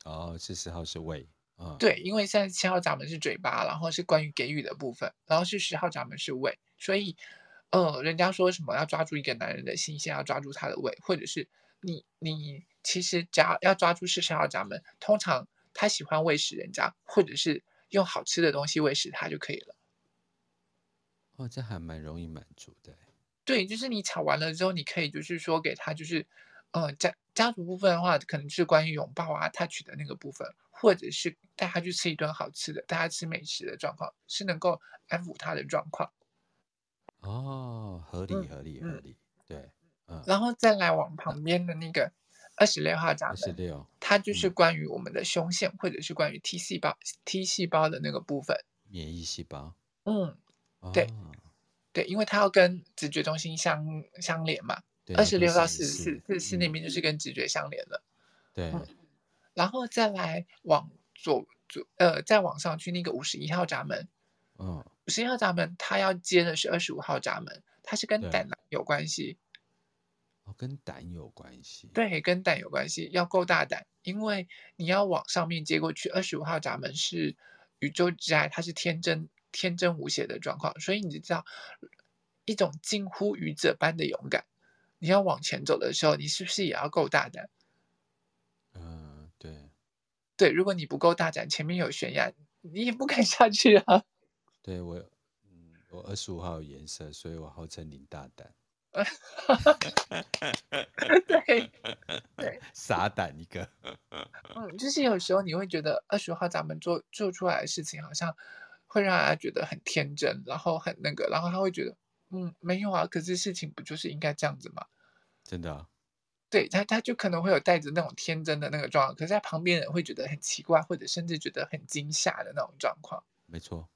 [SPEAKER 3] 哦，四十号是胃，嗯，，
[SPEAKER 2] 对，因为三十七号闸门是嘴巴，然后是关于给予的部分，然后是十号闸门是胃，所以，呃，人家说什么要抓住一个男人的心，先要抓住他的胃，或者是你你其实夹要抓住四十号闸门，通常他喜欢喂食人家，或者是用好吃的东西喂食他就可以了。
[SPEAKER 3] 哦，这还蛮容易满足的欸。
[SPEAKER 2] 对，就是你吵完了之后，你可以就是说给他就是，呃，家家族部分的话，可能是关于拥抱啊、touch 的那个部分，或者是带他去吃一顿好吃的，带他吃美食的状况，是能够安抚他的状况。
[SPEAKER 3] 哦，合理，
[SPEAKER 2] 嗯
[SPEAKER 3] 合理，合
[SPEAKER 2] 嗯
[SPEAKER 3] 理，对，嗯，
[SPEAKER 2] 然后再来往旁边的那个二十六号闸
[SPEAKER 3] 二十
[SPEAKER 2] 门，
[SPEAKER 3] 六，
[SPEAKER 2] 它就是
[SPEAKER 3] 嗯
[SPEAKER 2] 关于我们的胸腺，或者是关于 T 细胞 T 细胞的那个部分。
[SPEAKER 3] 免疫细胞，
[SPEAKER 2] 嗯，
[SPEAKER 3] 哦，
[SPEAKER 2] 对对，因为它要跟直觉中心相相连嘛，
[SPEAKER 3] 对，啊
[SPEAKER 2] 二十六到四十四
[SPEAKER 3] 四，
[SPEAKER 2] 四十四嗯那
[SPEAKER 3] 嗯
[SPEAKER 2] 边就是跟直觉相连了。
[SPEAKER 3] 对，
[SPEAKER 2] 然后再来往左左呃，再往上去那个五十一号闸门，
[SPEAKER 3] 嗯，
[SPEAKER 2] 五十一号闸门它要接的是二十五号闸门，它是
[SPEAKER 3] 对
[SPEAKER 2] 跟胆囊有关系，
[SPEAKER 3] 哦，跟胆有关系，，
[SPEAKER 2] 对，跟胆有关系，要够大胆，因为你要往上面接过去，二十五号闸门是宇宙之爱，它是天真天真无邪的状况，所以你知道一种近乎愚者般的勇敢，你要往前走的时候，你是不是也要够大胆？
[SPEAKER 3] 嗯，对，
[SPEAKER 2] 对，如果你不够大胆，前面有悬崖，你也不敢下去啊。
[SPEAKER 3] 对我，嗯，我二十五号有颜色，所以我号称林大胆，
[SPEAKER 2] 对，
[SPEAKER 3] 傻胆一个，
[SPEAKER 2] 嗯，就是有时候你会觉得二十号咱们做做出来的事情好像会让人家觉得很天真，然后很那个，然后他会觉得，嗯，没有啊，可是事情不就是应该这样子吗？
[SPEAKER 3] 真的啊，
[SPEAKER 2] 对他，他就可能会有带着那种天真的那个状况，可是在旁边人会觉得很奇怪，或者甚至觉得很惊吓的那种状况。
[SPEAKER 3] 没错，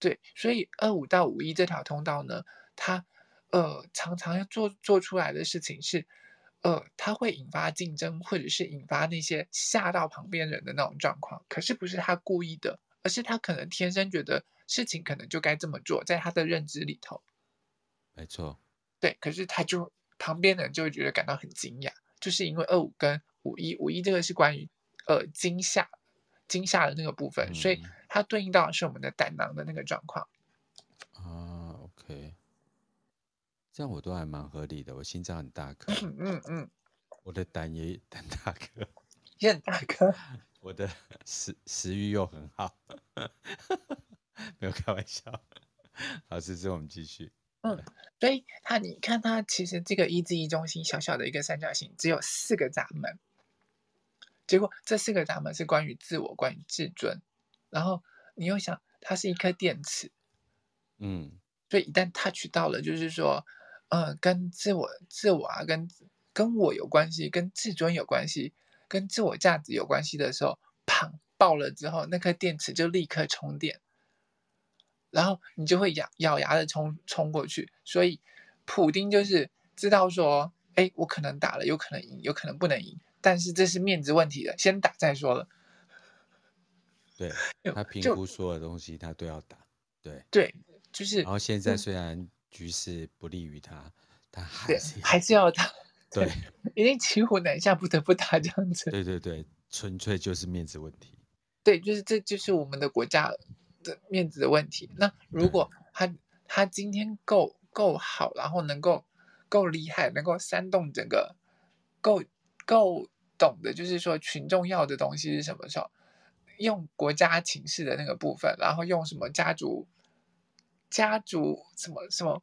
[SPEAKER 2] 对，所以二五到五一这条通道呢，它呃常常要做做出来的事情是，呃，它会引发竞争，或者是引发那些吓到旁边人的那种状况。可是不是他故意的，而是他可能天生觉得事情可能就该这么做，在他的认知里头，
[SPEAKER 3] 没错，
[SPEAKER 2] 对。可是他就旁边的人就会觉得感到很惊讶，就是因为二五跟五一，五一这个是关于呃惊吓惊吓的那个部分，所以
[SPEAKER 3] 嗯
[SPEAKER 2] 它对应到的是我们的胆囊的那个状况。
[SPEAKER 3] 啊，OK，这样我都还蛮合理的。我心脏很大 颗，
[SPEAKER 2] 嗯嗯嗯。
[SPEAKER 3] 我的胆也很大颗，
[SPEAKER 2] 燕大 哥，
[SPEAKER 3] 我的食食欲又很好， 没有开玩笑。好，思思，我们继续。
[SPEAKER 2] 所以他你看他其实这个一至一中心小小的一个三角形，只有四个闸门，结果这四个闸门是关于自我、关于自尊，然后你又想它是一颗电池，
[SPEAKER 3] 嗯，
[SPEAKER 2] 所以一旦 touch 到了，就是说，呃，跟自我、自我啊，跟跟我有关系，跟自尊有关系，跟自我价值有关系的时候，砰爆了之后，那颗电池就立刻充电，然后你就会咬咬牙的冲冲过去。所以，普丁就是知道说，哎，我可能打了，有可能赢，有可能不能赢，但是这是面子问题的，先打再说了。
[SPEAKER 3] 对
[SPEAKER 2] 就
[SPEAKER 3] 他评
[SPEAKER 2] 哎就
[SPEAKER 3] 估所有东西，他都要打。对，
[SPEAKER 2] 对，就是
[SPEAKER 3] 然后现在
[SPEAKER 2] 嗯
[SPEAKER 3] 虽然局势不利于他，他还
[SPEAKER 2] 对，
[SPEAKER 3] 是
[SPEAKER 2] 还是要打，
[SPEAKER 3] 对
[SPEAKER 2] 一定骑虎难下，不得不打这样子。
[SPEAKER 3] 对对对，纯粹就是面子问题。
[SPEAKER 2] 对，就是这就是我们的国家的面子的问题。那如果他他今天够够好，然后能够够厉害，能够煽动整个，够够懂得就是说群众要的东西是什么时候，用国家情势的那个部分，然后用什么家族家族什么什么。
[SPEAKER 3] 嗯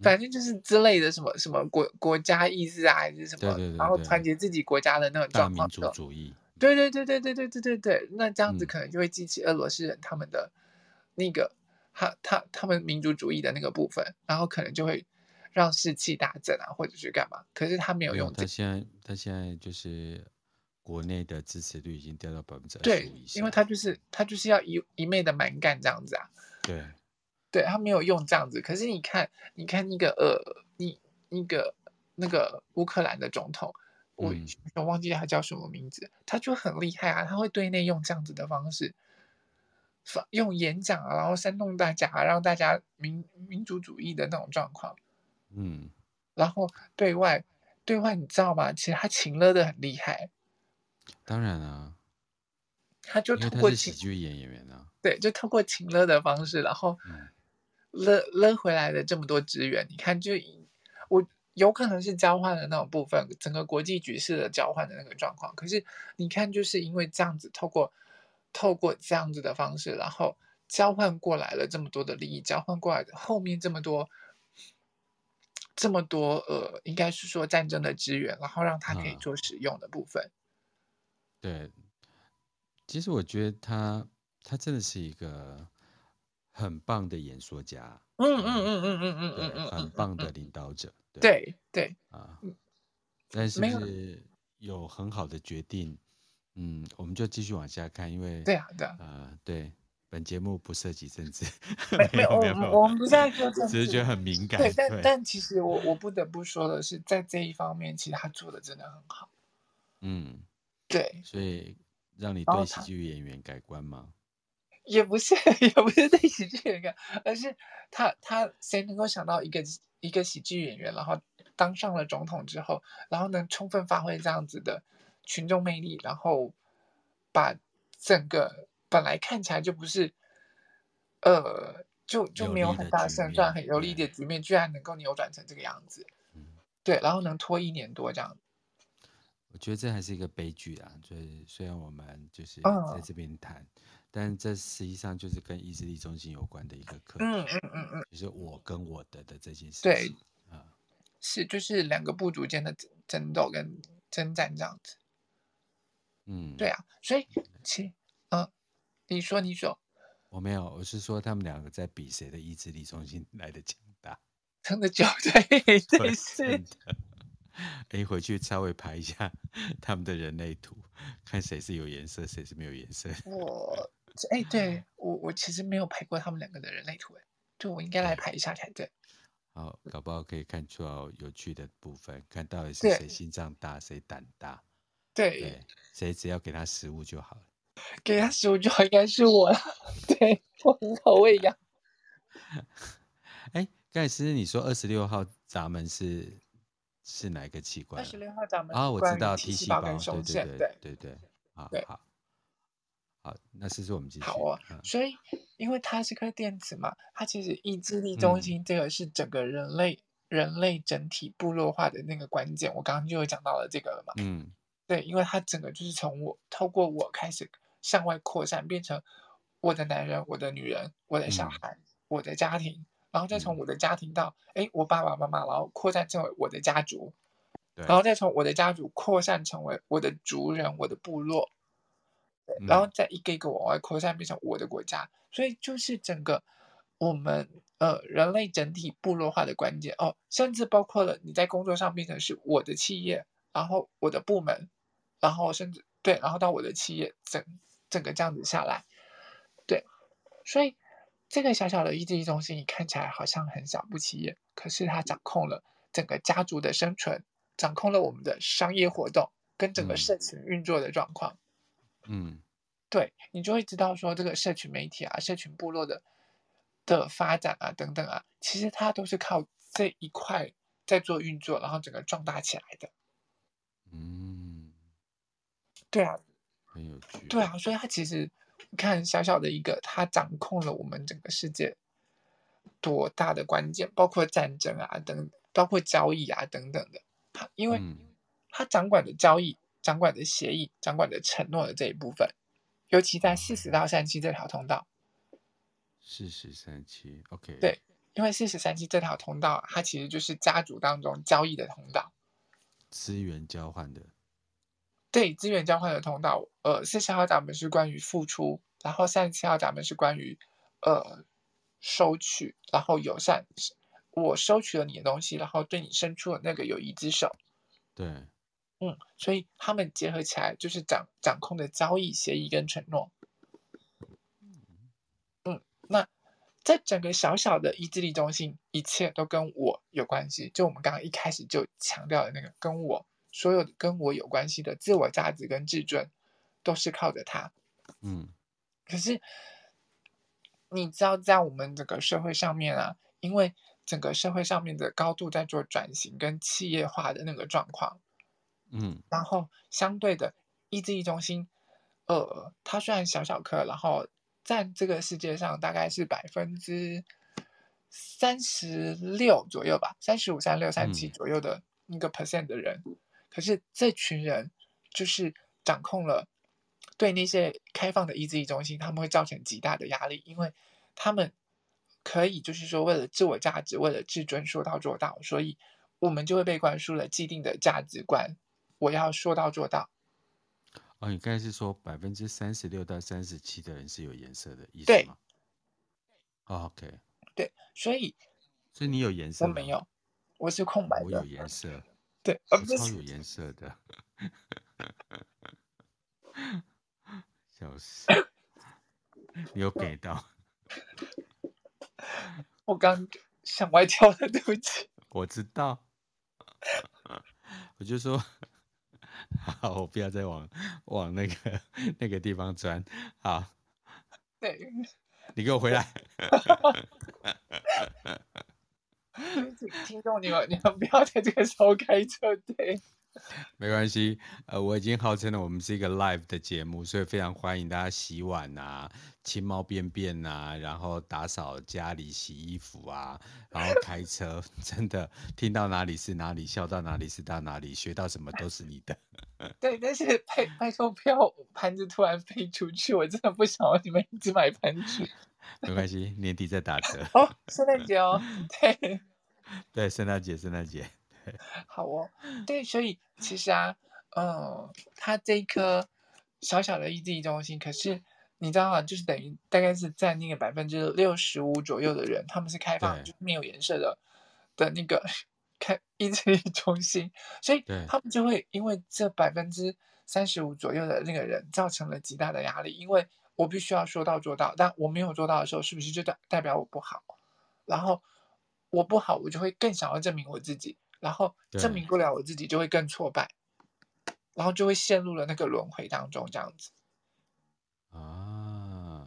[SPEAKER 2] 反正就是之类的什么什么国国家意识啊，还是什么，
[SPEAKER 3] 对对对
[SPEAKER 2] 然后
[SPEAKER 3] 对
[SPEAKER 2] 团结自己国家的那种
[SPEAKER 3] 大
[SPEAKER 2] 状
[SPEAKER 3] 民
[SPEAKER 2] 况的
[SPEAKER 3] 族主义，
[SPEAKER 2] 对对对对对对对对对，那这样子
[SPEAKER 3] 嗯
[SPEAKER 2] 可能就会激起俄罗斯人他们的那个他他他们民族主义的那个部分，然后可能就会让士气大振啊，或者是干嘛。可是他没有
[SPEAKER 3] 没有
[SPEAKER 2] 用这
[SPEAKER 3] 他哦现在他现在就是国内的支持率已经掉到百分之二十
[SPEAKER 2] 对
[SPEAKER 3] 五以，下，
[SPEAKER 2] 因为他就是他就是要一一昧的蛮干这样子啊，
[SPEAKER 3] 对
[SPEAKER 2] 对他没有用这样子。可是你看，你看那个呃，你那个那个乌克兰的总统，我
[SPEAKER 3] 嗯
[SPEAKER 2] 我忘记他叫什么名字，他就很厉害啊，他会对内用这样子的方式，发用演讲啊，然后煽动大家啊，让大家民民族主义的那种状况，
[SPEAKER 3] 嗯，
[SPEAKER 2] 然后对外对外你知道吗？其实他情勒的很厉害，
[SPEAKER 3] 当然啊，
[SPEAKER 2] 他就
[SPEAKER 3] 因为
[SPEAKER 2] 通
[SPEAKER 3] 他
[SPEAKER 2] 过
[SPEAKER 3] 是
[SPEAKER 2] 情
[SPEAKER 3] 喜剧演员啊，
[SPEAKER 2] 对，就通过情勒的方式，然后
[SPEAKER 3] 嗯
[SPEAKER 2] 勒勒回来的这么多资源，你看就以，我有可能是交换的那种部分，整个国际局势的交换的那个状况。可是你看，就是因为这样子，透过透过这样子的方式，然后交换过来了这么多的利益，交换过来的后面这么多。这么多呃，应该是说战争的资源，然后让它可以
[SPEAKER 3] 啊
[SPEAKER 2] 做使用的部分。
[SPEAKER 3] 对。其实我觉得他他真的是一个很棒的演说家，
[SPEAKER 2] 嗯嗯
[SPEAKER 3] 很
[SPEAKER 2] 嗯嗯嗯嗯嗯
[SPEAKER 3] 对，
[SPEAKER 2] 嗯
[SPEAKER 3] 很
[SPEAKER 2] 嗯，
[SPEAKER 3] 棒的领导者，
[SPEAKER 2] 对对，
[SPEAKER 3] 啊
[SPEAKER 2] 嗯，
[SPEAKER 3] 但是
[SPEAKER 2] 没
[SPEAKER 3] 不
[SPEAKER 2] 有
[SPEAKER 3] 是有很好的决定？嗯，我们就继续往下看，因为
[SPEAKER 2] 对啊对啊，
[SPEAKER 3] 呃，对，本节目不涉及政治，
[SPEAKER 2] 没
[SPEAKER 3] 没
[SPEAKER 2] 没有，
[SPEAKER 3] 有
[SPEAKER 2] 我
[SPEAKER 3] 没有没
[SPEAKER 2] 们
[SPEAKER 3] 有
[SPEAKER 2] 我，们不是在说政
[SPEAKER 3] 只是觉得
[SPEAKER 2] 治，
[SPEAKER 3] 很敏感
[SPEAKER 2] 对，，但
[SPEAKER 3] 对，
[SPEAKER 2] 但其实我我不得不说的是，在这一方面，其实他做的真的很好，
[SPEAKER 3] 嗯，
[SPEAKER 2] 对，
[SPEAKER 3] 所以让你
[SPEAKER 2] 然后
[SPEAKER 3] 对喜
[SPEAKER 2] 他
[SPEAKER 3] 剧演员改观吗？
[SPEAKER 2] 也不是 也不是对喜剧演员，而是他他谁能够想到一个一个喜剧演员，然后当上了总统之后，然后能充分发挥这样子的群众魅力，然后把整个本来看起来就不是，呃，就就
[SPEAKER 3] 有
[SPEAKER 2] 没有
[SPEAKER 3] 利
[SPEAKER 2] 很
[SPEAKER 3] 的
[SPEAKER 2] 大
[SPEAKER 3] 局
[SPEAKER 2] 胜算、
[SPEAKER 3] 面，
[SPEAKER 2] 很有利
[SPEAKER 3] 对，
[SPEAKER 2] 的局面，居然能够扭转成这个样子。
[SPEAKER 3] 嗯。
[SPEAKER 2] 对，然后能拖一年多这样。
[SPEAKER 3] 我觉得这还是一个悲剧啊，就是虽然我们就是在
[SPEAKER 2] 嗯
[SPEAKER 3] 这边谈，但这实际上就是跟意志力中心有关的一个课
[SPEAKER 2] 嗯
[SPEAKER 3] 题，
[SPEAKER 2] 嗯嗯嗯，
[SPEAKER 3] 就是我跟我的的这件事
[SPEAKER 2] 对
[SPEAKER 3] 情，啊，
[SPEAKER 2] 是就是两个部族间的争争斗跟征战这样子。
[SPEAKER 3] 嗯，
[SPEAKER 2] 对啊，所以其嗯，你说你说，
[SPEAKER 3] 我没有，我是说他们两个在比谁的意志力中心来的强大，
[SPEAKER 2] 撑得久， 对对
[SPEAKER 3] 对，嗯
[SPEAKER 2] 是
[SPEAKER 3] 真，的。哎，回去稍微排一下 他们的人类图，看谁是有颜色，谁是没有颜色。
[SPEAKER 2] 我哎，对我我其实没有排过他们两个的人类图，哎，对我应该来
[SPEAKER 3] 对，
[SPEAKER 2] 排一下才对。
[SPEAKER 3] 好，搞不好可以看出来有趣的部分，看到底是
[SPEAKER 2] 对
[SPEAKER 3] 谁心脏大，谁胆大。
[SPEAKER 2] 对，
[SPEAKER 3] 对，谁只要给他食物就好了。
[SPEAKER 2] 给他十五就应该是我了， 对我很好喂养。
[SPEAKER 3] 哎，盖斯，你说二十六号闸门是是哪一个器
[SPEAKER 2] 二
[SPEAKER 3] 官
[SPEAKER 2] 十
[SPEAKER 3] 啊？
[SPEAKER 2] 六号咱们
[SPEAKER 3] 啊，
[SPEAKER 2] 是
[SPEAKER 3] 我知
[SPEAKER 2] 关于
[SPEAKER 3] 道
[SPEAKER 2] T
[SPEAKER 3] T
[SPEAKER 2] 细
[SPEAKER 3] 细
[SPEAKER 2] 胞跟
[SPEAKER 3] 胞，对
[SPEAKER 2] 胸
[SPEAKER 3] 对
[SPEAKER 2] 腺，
[SPEAKER 3] 对
[SPEAKER 2] 对
[SPEAKER 3] 对对，好
[SPEAKER 2] 对。
[SPEAKER 3] 好好，那是不是我们继
[SPEAKER 2] 好
[SPEAKER 3] 续？
[SPEAKER 2] 哦，
[SPEAKER 3] 嗯
[SPEAKER 2] 所以因为它是颗电池嘛，它其实意志力中
[SPEAKER 3] 嗯
[SPEAKER 2] 心这个是整个人类人类整体部落化的那个关键。我刚刚就有讲到了这个了嘛，
[SPEAKER 3] 嗯
[SPEAKER 2] 对，因为它整个就是从我透过我开始向外扩散，变成我的男人、我的女人、我的小
[SPEAKER 3] 嗯
[SPEAKER 2] 孩、我的家庭，然后再从
[SPEAKER 3] 嗯，
[SPEAKER 2] 我的家庭到诶我爸爸妈妈，然后扩散成为我的家族，然
[SPEAKER 3] 对，
[SPEAKER 2] 后再从我的家族扩散成为我的族人、我的部落，然后
[SPEAKER 3] 嗯
[SPEAKER 2] 再一个一个往外扩散，变成我的国家。所以就是整个我们呃人类整体部落化的关键哦，甚至包括了你在工作上变成是我的企业，然后我的部门，然后甚至对，然后到我的企业整整个这样子下来，对，所以这个小小的意志力中心，你看起来好像很小不起眼，可是它掌控了整个家族的生存，掌控了我们的商业活动跟整个
[SPEAKER 3] 嗯
[SPEAKER 2] 社群运作的状况。
[SPEAKER 3] 嗯
[SPEAKER 2] 对你就会知道说这个社群媒体啊、社群部落的的发展啊等等啊，其实它都是靠这一块在做运作，然后整个壮大起来的。
[SPEAKER 3] 嗯，
[SPEAKER 2] 对啊，
[SPEAKER 3] 很有趣。
[SPEAKER 2] 对啊，所以它其实你看小小的一个，它掌控了我们整个世界多大的关键，包括战争啊等，包括交易啊等等的，它因为
[SPEAKER 3] 嗯
[SPEAKER 2] 它掌管的交易、掌管的协议、掌管的承诺的这一部分，尤其在四十到三七这条通道。
[SPEAKER 3] 四十三七，OK，
[SPEAKER 2] 对因为四十三期这条通道啊，它其实就是家族当中交易的通道，
[SPEAKER 3] 资源交换的，
[SPEAKER 2] 对资源交换的通道。呃，四十号闸门是关于付出，然后三十七号闸门是关于呃收取，然后友善。我收取了你的东西，然后对你伸出了那个友谊之手。
[SPEAKER 3] 对，
[SPEAKER 2] 嗯，所以他们结合起来就是掌掌控的交易、协议跟承诺。嗯，那这整个小小的意志力中心，一切都跟我有关系。就我们刚刚一开始就强调的那个，跟我所有跟我有关系的自我价值跟自尊，都是靠着它。
[SPEAKER 3] 嗯
[SPEAKER 2] 可是你知道，在我们整个社会上面啊，因为整个社会上面的高度在做转型跟企业化的那个状况，
[SPEAKER 3] 嗯
[SPEAKER 2] 然后相对的，意志力中心，呃，它虽然小小颗，然后占这个世界上大概是百分之三十六左右吧，三十五、三六、三七
[SPEAKER 3] 嗯
[SPEAKER 2] 左右的一个 percent 的人，可是这群人就是掌控了对那些开放的意志力中心，他们会造成极大的压力，因为他们可以就是说为了自我价值、为了自尊说到做到，所以我们就会被灌输了既定的价值观，我要说到做到。
[SPEAKER 3] 哦，你刚才是说百分之三十六到三十七的人是有颜色的意思
[SPEAKER 2] 对
[SPEAKER 3] 吗、哦、？OK，
[SPEAKER 2] 对，所以
[SPEAKER 3] 所以你有颜色
[SPEAKER 2] 我
[SPEAKER 3] 吗？
[SPEAKER 2] 没有，我是空白
[SPEAKER 3] 我有
[SPEAKER 2] 的。
[SPEAKER 3] 颜色，
[SPEAKER 2] 对，
[SPEAKER 3] 我
[SPEAKER 2] 而不
[SPEAKER 3] 超有
[SPEAKER 2] 是
[SPEAKER 3] 颜色的，笑死！你有给到，
[SPEAKER 2] 我刚想歪掉了，对不起。
[SPEAKER 3] 我知道，我就说，好，我不要再往往那个那个地方钻。好，
[SPEAKER 2] 对，
[SPEAKER 3] 你给我回来。
[SPEAKER 2] 对不起，听众你们你们不要在这个时候开车。对，
[SPEAKER 3] 没关系，呃，我已经号称了我们是一个 live 的节目，所以非常欢迎大家洗碗啊、清猫便便啊，然后打扫家里、洗衣服啊，然后开车， 真的听到哪里是哪里，笑到哪里是到哪里，学到什么都是你的。
[SPEAKER 2] 对，但是拜拜托不要盘子突然飞出去，我真的不想要你们一直买盘子。
[SPEAKER 3] 没关系，年底再打折。
[SPEAKER 2] 哦，圣诞节哦， 对。
[SPEAKER 3] 对，圣诞节，圣诞节，
[SPEAKER 2] 好哦，对，所以其实啊，嗯，它这一颗小小的意志力中心，可是你知道啊，就是等于大概是占那个百分之六十五左右的人，他们是开放，
[SPEAKER 3] 对
[SPEAKER 2] 就是没有颜色的的那个 开意志力中心，所以
[SPEAKER 3] 对
[SPEAKER 2] 他们就会因为这百分之三十五左右的那个人造成了极大的压力，因为我必须要说到做到，但我没有做到的时候，是不是就代代表我不好？然后我不好，我就会更想要证明我自己，然后证
[SPEAKER 3] 对
[SPEAKER 2] 明不了我自己，就会更挫败，然后就会陷入了那个轮回当中，这样子。
[SPEAKER 3] 啊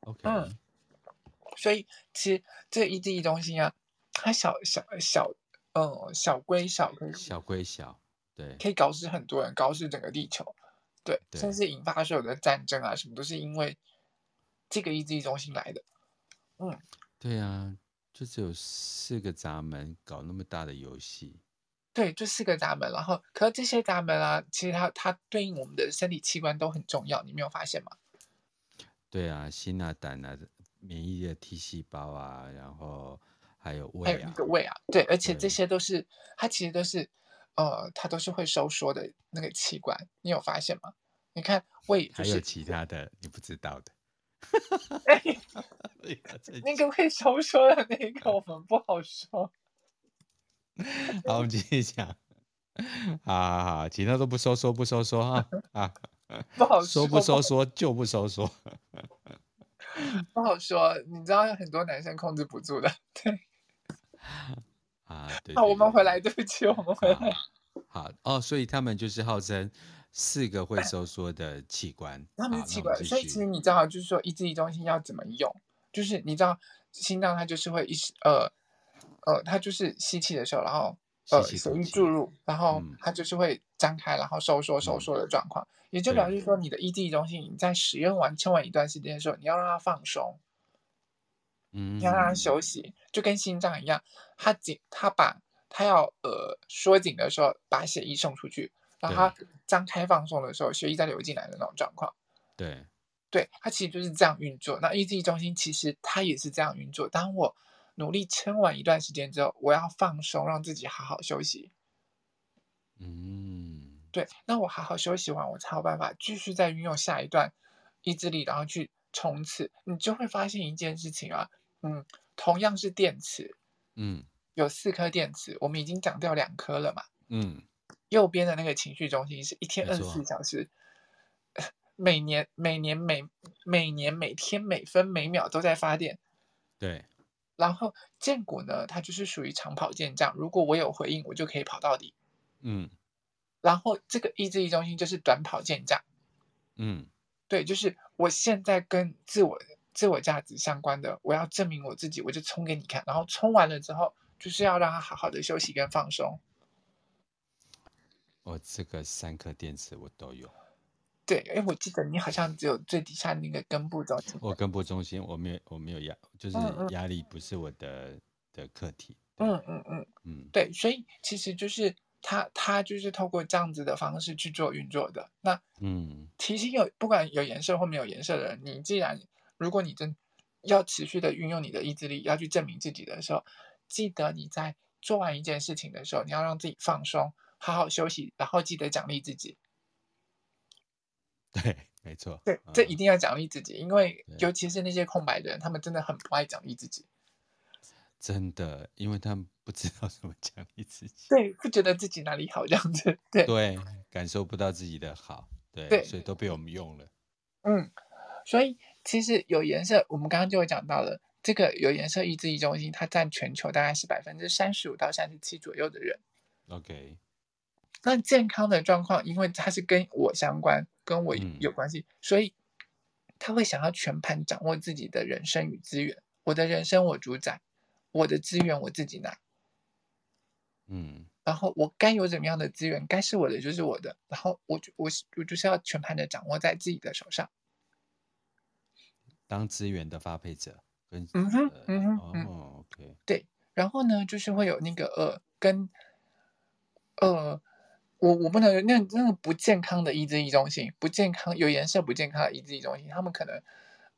[SPEAKER 3] ，OK，
[SPEAKER 2] 嗯所以其实这一地东西啊，它小小小，嗯，小归小，可以
[SPEAKER 3] 小归小，对
[SPEAKER 2] 可以搞死很多人，搞死整个地球，对，
[SPEAKER 3] 对
[SPEAKER 2] 甚至引发所有的战争啊，什么都是因为这个意志力中心来的。
[SPEAKER 3] 对啊，就只有四个闸门，搞那么大的游戏。
[SPEAKER 2] 对，就四个闸门，然后可是这些闸门啊，其实它它对应我们的身体器官都很重要，你没有发现吗？
[SPEAKER 3] 对啊，心啊、胆啊、免疫的 T 细胞啊，然后还有
[SPEAKER 2] 还
[SPEAKER 3] 胃
[SPEAKER 2] 有那
[SPEAKER 3] 啊，嗯
[SPEAKER 2] 个胃啊，对，而且
[SPEAKER 3] 对
[SPEAKER 2] 这些都是它其实都是，呃，它都是会收缩的那个器官，你有发现吗？你看胃就
[SPEAKER 3] 还有
[SPEAKER 2] 是，
[SPEAKER 3] 其他的你不知道的。以啊，这
[SPEAKER 2] 哎那个会收缩的那个，我们不好说。
[SPEAKER 3] 好，我们继续讲。 好好好，其他都不收缩，不收缩 哈啊，
[SPEAKER 2] 不好
[SPEAKER 3] 说不收缩就不收缩。
[SPEAKER 2] 不好说，你知道有很多男生控制不住的。对，
[SPEAKER 3] 啊，对。
[SPEAKER 2] 好，我们回来，
[SPEAKER 3] 对
[SPEAKER 2] 对不起，我们回来。
[SPEAKER 3] 对好哦，所以他们就是号称四个会收缩的器官。
[SPEAKER 2] 他们是
[SPEAKER 3] 好
[SPEAKER 2] 器
[SPEAKER 3] 那我
[SPEAKER 2] 官，
[SPEAKER 3] 们继
[SPEAKER 2] 所以其
[SPEAKER 3] 续
[SPEAKER 2] 实你知道，就是说一肢移动性要怎么用，就是你知道，心脏它就是会一时呃呃，它就是吸气的时候，然后呃
[SPEAKER 3] 吸气
[SPEAKER 2] 血
[SPEAKER 3] 吐
[SPEAKER 2] 液
[SPEAKER 3] 气
[SPEAKER 2] 注入，然后
[SPEAKER 3] 嗯
[SPEAKER 2] 它就是会张开，然后收缩收
[SPEAKER 3] 嗯
[SPEAKER 2] 缩的状况，也就
[SPEAKER 3] 对
[SPEAKER 2] 表示说你的 E 一肢移动性，你在使用完撑完一段时间的时候，你要让它放松，
[SPEAKER 3] 嗯
[SPEAKER 2] 你要让它休息，就跟心脏一样，它紧，它把它要呃缩紧的时候，把血液送出去，然后它张开放松的时候，血液再流进来的那种状况。
[SPEAKER 3] 对，
[SPEAKER 2] 对，它其实就是这样运作。那意志力中心其实它也是这样运作。当我努力撑完一段时间之后，我要放松，让自己好好休息。
[SPEAKER 3] 嗯，
[SPEAKER 2] 对，那我好好休息完，我才有办法继续再运用下一段意志力，然后去冲刺。你就会发现一件事情啊，嗯，同样是电池，
[SPEAKER 3] 嗯
[SPEAKER 2] 有四颗电池，我们已经讲掉两颗了嘛。
[SPEAKER 3] 嗯，
[SPEAKER 2] 右边的那个情绪中心是一天
[SPEAKER 3] 没
[SPEAKER 2] 二
[SPEAKER 3] 错啊
[SPEAKER 2] 十四小时， 每年每年每每年每天每分每秒都在发电。
[SPEAKER 3] 对，
[SPEAKER 2] 然后剑骨呢，它就是属于长跑健将，如果我有回应，我就可以跑到底。
[SPEAKER 3] 嗯
[SPEAKER 2] 然后这个意志力中心就是短跑健将，
[SPEAKER 3] 嗯
[SPEAKER 2] 对，就是我现在跟自我自我价值相关的，我要证明我自己，我就冲给你看。然后冲完了之后，就是要让他好好的休息跟放松。
[SPEAKER 3] 我这个三颗电池我都有，
[SPEAKER 2] 对，哎，我记得你好像只有最底下那个根部中心。
[SPEAKER 3] 我根部中心我没有我没有压，就是
[SPEAKER 2] 嗯嗯
[SPEAKER 3] 压力不是我的的课题。对
[SPEAKER 2] 嗯嗯嗯，
[SPEAKER 3] 嗯
[SPEAKER 2] 对，所以其实就是他他就是透过这样子的方式去做运作的。那
[SPEAKER 3] 嗯
[SPEAKER 2] 其实有不管有颜色或没有颜色的人，你既然如果你真要持续的运用你的意志力，要去证明自己的时候，记得你在做完一件事情的时候，你要让自己放松，好好休息，然后记得奖励自己。
[SPEAKER 3] 对，没错。
[SPEAKER 2] 对，这一
[SPEAKER 3] 嗯
[SPEAKER 2] 定要奖励自己，因为
[SPEAKER 3] 对
[SPEAKER 2] 尤其是那些空白的人，他们真的很不爱奖励自己，
[SPEAKER 3] 真的，因为他们不知道怎么奖励自己，
[SPEAKER 2] 对，不觉得自己哪里好这样子，对，
[SPEAKER 3] 对，感受不到自己的好，对，
[SPEAKER 2] 对
[SPEAKER 3] 所以都被我们用了。
[SPEAKER 2] 嗯，所以其实有颜色，我们刚刚就有讲到了，这个有颜色意志力中心，它占全球大概是百分之三十五到三十七左右的人。
[SPEAKER 3] OK，
[SPEAKER 2] 那健康的状况，因为它是跟我相关，跟我
[SPEAKER 3] 嗯
[SPEAKER 2] 有关系，所以他会想要全盘掌握自己的人生与资源。我的人生我主宰，我的资源我自己拿，
[SPEAKER 3] 嗯
[SPEAKER 2] 然后我该有怎么样的资源，该是我的就是我的，然后我就我我就是要全盘的掌握在自己的手上。
[SPEAKER 3] 当资源的发配者跟
[SPEAKER 2] 嗯哼
[SPEAKER 3] 呃
[SPEAKER 2] 嗯哼嗯
[SPEAKER 3] 哦，OK，
[SPEAKER 2] 然后呢，就是会有那个呃跟呃。我我不能那那个不健康的意志力中心，不健康有颜色不健康的意志力中心，他们可能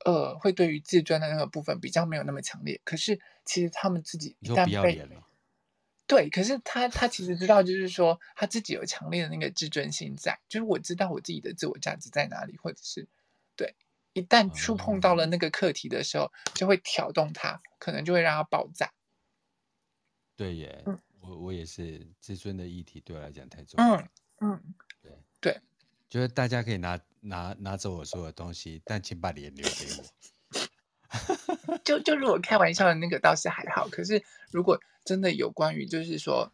[SPEAKER 2] 呃会对于自尊的那个部分比较没有那么强烈。可是其实他们自己
[SPEAKER 3] 你
[SPEAKER 2] 一
[SPEAKER 3] 说
[SPEAKER 2] 旦
[SPEAKER 3] 不要
[SPEAKER 2] 被
[SPEAKER 3] 脸了，
[SPEAKER 2] 对，可是他他其实知道，就是说他自己有强烈的那个自尊心在，就是我知道我自己的自我价值在哪里，或者是对，一旦触碰到
[SPEAKER 3] 哦
[SPEAKER 2] 了那个课题的时候，就会挑动他，可能就会让他爆炸。
[SPEAKER 3] 对耶
[SPEAKER 2] 嗯，
[SPEAKER 3] 我我也是自尊的议题对我来讲太重要了
[SPEAKER 2] 嗯，嗯，
[SPEAKER 3] 就是大家可以拿拿拿走我所有东西，但请把脸留给我。
[SPEAKER 2] 就就如果开玩笑的那个倒是还好，可是如果真的有关于就是说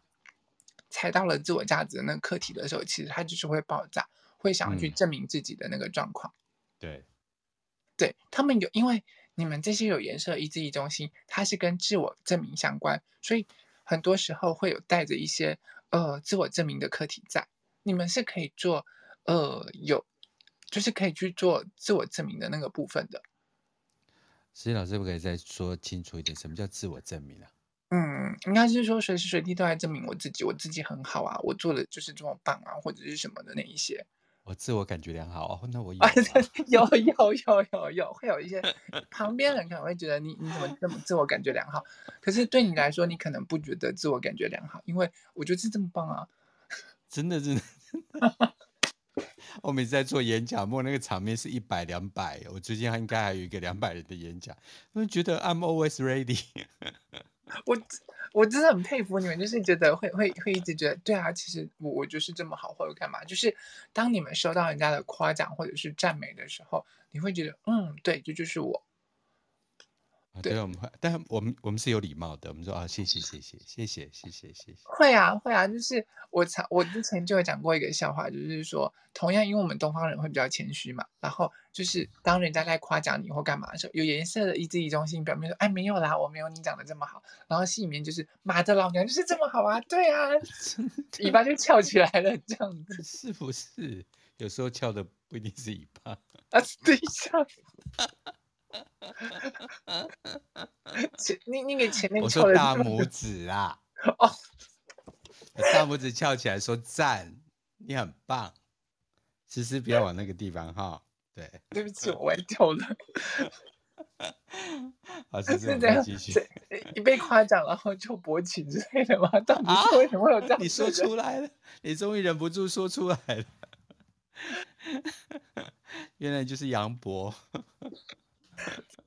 [SPEAKER 2] 踩到了自我价值的那个课题的时候，其实他就是会爆炸，会想要去
[SPEAKER 3] 嗯
[SPEAKER 2] 证明自己的那个状况。
[SPEAKER 3] 对，
[SPEAKER 2] 对他们有，因为你们这些有颜色一志力中心，它是跟自我证明相关，所以很多时候会有带着一些呃自我证明的课题在。你们是可以做呃有，就是可以去做自我证明的那个部分的。
[SPEAKER 3] 石井老师，可不可以再说清楚一点，什么叫自我证明啊？
[SPEAKER 2] 嗯，应该是说随时随地都在证明我自己，我自己很好啊，我做的就是这么棒啊，或者是什么的那一些。
[SPEAKER 3] 我自我感觉良好哦，那我有、
[SPEAKER 2] 啊
[SPEAKER 3] 啊，
[SPEAKER 2] 有有有有有，会有一些旁边人可能会觉得你你怎么这么自我感觉良好，可是对你来说，你可能不觉得自我感觉良好，因为我觉得这这么棒啊，
[SPEAKER 3] 真的真的， 我每次在做演讲，莫那个场面是一百两百，我最近还应该还有一个两百人的演讲，我就觉得 I'm always ready。
[SPEAKER 2] 我我真的很佩服你们，就是觉得会会会一直觉得，对啊，其实我我就是这么好，或者干嘛。就是当你们收到人家的夸奖或者是赞美的时候，你会觉得，嗯，对，这就是我。
[SPEAKER 3] 啊
[SPEAKER 2] 对
[SPEAKER 3] 对，我们会，但我们我们是有礼貌的，我们说啊，谢谢谢谢谢谢谢谢谢谢，
[SPEAKER 2] 会啊，会啊，就是我常我之前就有讲过一个笑话，就是说，同样因为我们东方人会比较谦虚嘛，然后就是当人家在夸奖你或干嘛的时候，有颜色的一自一中心，表面说哎没有啦，我没有你长得这么好，然后心里面就是妈的老娘就是这么好啊，对 啊，尾巴就翘起来了这样子
[SPEAKER 3] 是不是？有时候翘的不一定是尾巴。
[SPEAKER 2] 啊，对 下。前那那个前面
[SPEAKER 3] 我
[SPEAKER 2] 翘
[SPEAKER 3] 说
[SPEAKER 2] 的
[SPEAKER 3] 大
[SPEAKER 2] 这么
[SPEAKER 3] 拇指啦，
[SPEAKER 2] 哦，
[SPEAKER 3] 我大拇指翘起来说赞，你很棒。思思不要往那个地方哈，对，
[SPEAKER 2] 对不起，我歪掉了。
[SPEAKER 3] 好，思思我
[SPEAKER 2] 是
[SPEAKER 3] 们
[SPEAKER 2] 这
[SPEAKER 3] 再
[SPEAKER 2] 样，
[SPEAKER 3] 继续。
[SPEAKER 2] 是一被夸奖然后就勃起之类的吗？ 到底是为什么会有这样、
[SPEAKER 3] 啊你说，出来了，你终于忍不住说出来了， 原来就是杨博，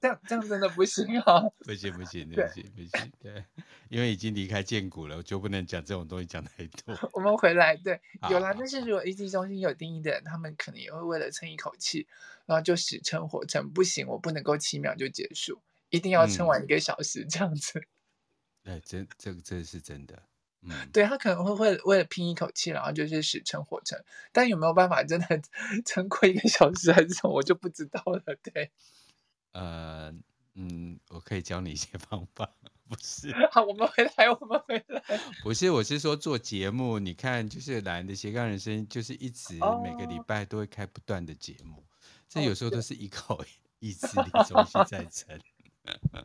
[SPEAKER 2] 这样这样真的不行啊！
[SPEAKER 3] 不行不行
[SPEAKER 2] 对
[SPEAKER 3] 不行不行，对，因为已经离开剑骨了，我就不能讲这种东西讲太多。
[SPEAKER 2] 我们回来，对，有啦。
[SPEAKER 3] 好
[SPEAKER 2] 但是如果 AG 中心有定义的人，他们可能也会为了撑一口气，然后就死撑活撑，不行，我不能够七秒就结束，一定要撑
[SPEAKER 3] 嗯
[SPEAKER 2] 完一个小时这样子。
[SPEAKER 3] 对，真这个这是真的，嗯，
[SPEAKER 2] 对他可能会为了为了拼一口气，然后就是死撑活撑，但有没有办法真的 撑过一个小时还是什么，我就不知道了。对，
[SPEAKER 3] 呃，嗯，我可以教你一些 方法，不是。
[SPEAKER 2] 好，我们回来，我们回来。
[SPEAKER 3] 不是，我是说做节目，你看，就是懒的斜杠人生，就是一直每个礼
[SPEAKER 2] 哦
[SPEAKER 3] 拜都会开不断的节目，这
[SPEAKER 2] 哦
[SPEAKER 3] 有时候都是一口意志力中心在撑。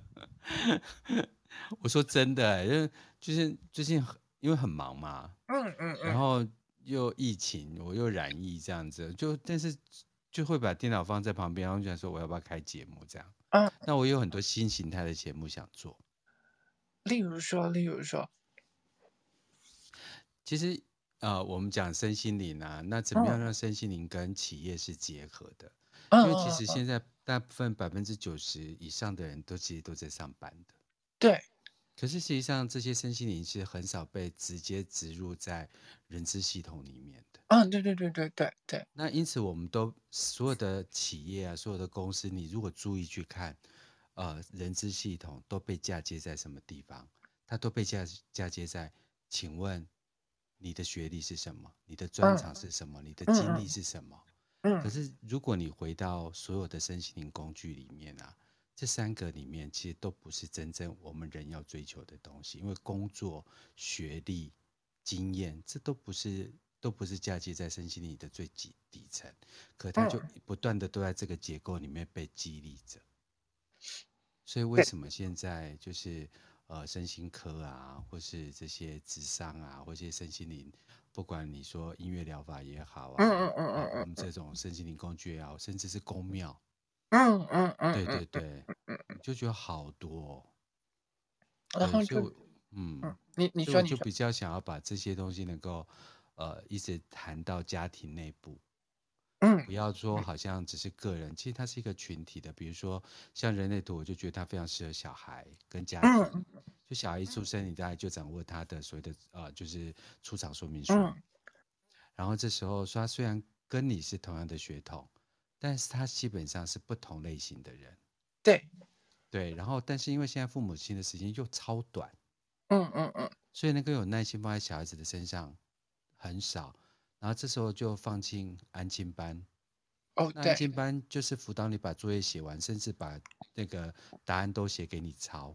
[SPEAKER 3] 我说真的欸、就是就是最近很因为很忙嘛，
[SPEAKER 2] 嗯嗯
[SPEAKER 3] 然
[SPEAKER 2] 嗯，
[SPEAKER 3] 后又疫情，我又染疫这样子，就但是就会把电脑放在旁边，然后就想说我要不要开节目这样。
[SPEAKER 2] 嗯，
[SPEAKER 3] 那我有很多新形态的节目想做，
[SPEAKER 2] 例如说，例如说，
[SPEAKER 3] 其实呃，我们讲身心灵啊，那怎么样
[SPEAKER 2] 嗯
[SPEAKER 3] 让身心灵跟企业是结合的？
[SPEAKER 2] 嗯，
[SPEAKER 3] 因为其
[SPEAKER 2] 嗯
[SPEAKER 3] 实
[SPEAKER 2] 嗯
[SPEAKER 3] 现在大部分百分之九十以上的人都其实都在上班的，
[SPEAKER 2] 对，
[SPEAKER 3] 可是实际上这些身心灵是很少被直接植入在人资系统里面的。
[SPEAKER 2] 嗯，对对对对对对，
[SPEAKER 3] 那因此，我们都所有的企业啊，所有的公司，你如果注意去看，呃，人资系统都被嫁接在什么地方？它都被嫁嫁接在，请问你的学历是什么？你的专
[SPEAKER 2] 嗯
[SPEAKER 3] 长是什么？你的
[SPEAKER 2] 嗯
[SPEAKER 3] 经
[SPEAKER 2] 嗯
[SPEAKER 3] 历是什么？可
[SPEAKER 2] 嗯
[SPEAKER 3] 是如果你回到所有的身心灵工具里面啊，这三个里面其实都不是真正我们人要追求的东西，因为工作、学历、经验，这都不是都不是嫁接在身心灵的最底底层，可它
[SPEAKER 2] 嗯
[SPEAKER 3] 就不断的都在这个结构里面被激励着。所以为
[SPEAKER 2] 对
[SPEAKER 3] 什么现在就是呃身心科啊，或是这些智商啊，或是身心灵，不管你说音乐疗法也好啊，
[SPEAKER 2] 嗯嗯嗯
[SPEAKER 3] 啊
[SPEAKER 2] 嗯嗯
[SPEAKER 3] 我们这种身心灵工具也好，甚至是公庙，
[SPEAKER 2] 嗯嗯嗯，
[SPEAKER 3] 对
[SPEAKER 2] 嗯
[SPEAKER 3] 对对，你就觉得好多哦、
[SPEAKER 2] 然
[SPEAKER 3] 对所
[SPEAKER 2] 后
[SPEAKER 3] 以
[SPEAKER 2] 就
[SPEAKER 3] 我嗯，
[SPEAKER 2] 嗯，你你
[SPEAKER 3] 所以
[SPEAKER 2] 说
[SPEAKER 3] 我
[SPEAKER 2] 你
[SPEAKER 3] 呃就
[SPEAKER 2] 说，
[SPEAKER 3] 比较想要把这些东西能够呃一直谈到家庭内部，
[SPEAKER 2] 嗯
[SPEAKER 3] 不要说好像只是个人，其实它是一个群体的。比如说像人类图，我就觉得它非常适合小孩跟家庭。
[SPEAKER 2] 嗯
[SPEAKER 3] 就小孩一出生，你大概就掌握他的所谓的呃，就是出厂说明书。
[SPEAKER 2] 嗯
[SPEAKER 3] 然后这时候说，他虽然跟你是同样的血统，但是他基本上是不同类型的人。
[SPEAKER 2] 对，
[SPEAKER 3] 对，然后但是因为现在父母亲的时间又超短，
[SPEAKER 2] 嗯嗯嗯
[SPEAKER 3] 所以能够有耐心放在小孩子的身上很少。然后这时候就放进安静班，
[SPEAKER 2] 哦
[SPEAKER 3] 那安
[SPEAKER 2] 对，
[SPEAKER 3] 静班就是辅导你把作业写完，甚至把那个答案都写给你抄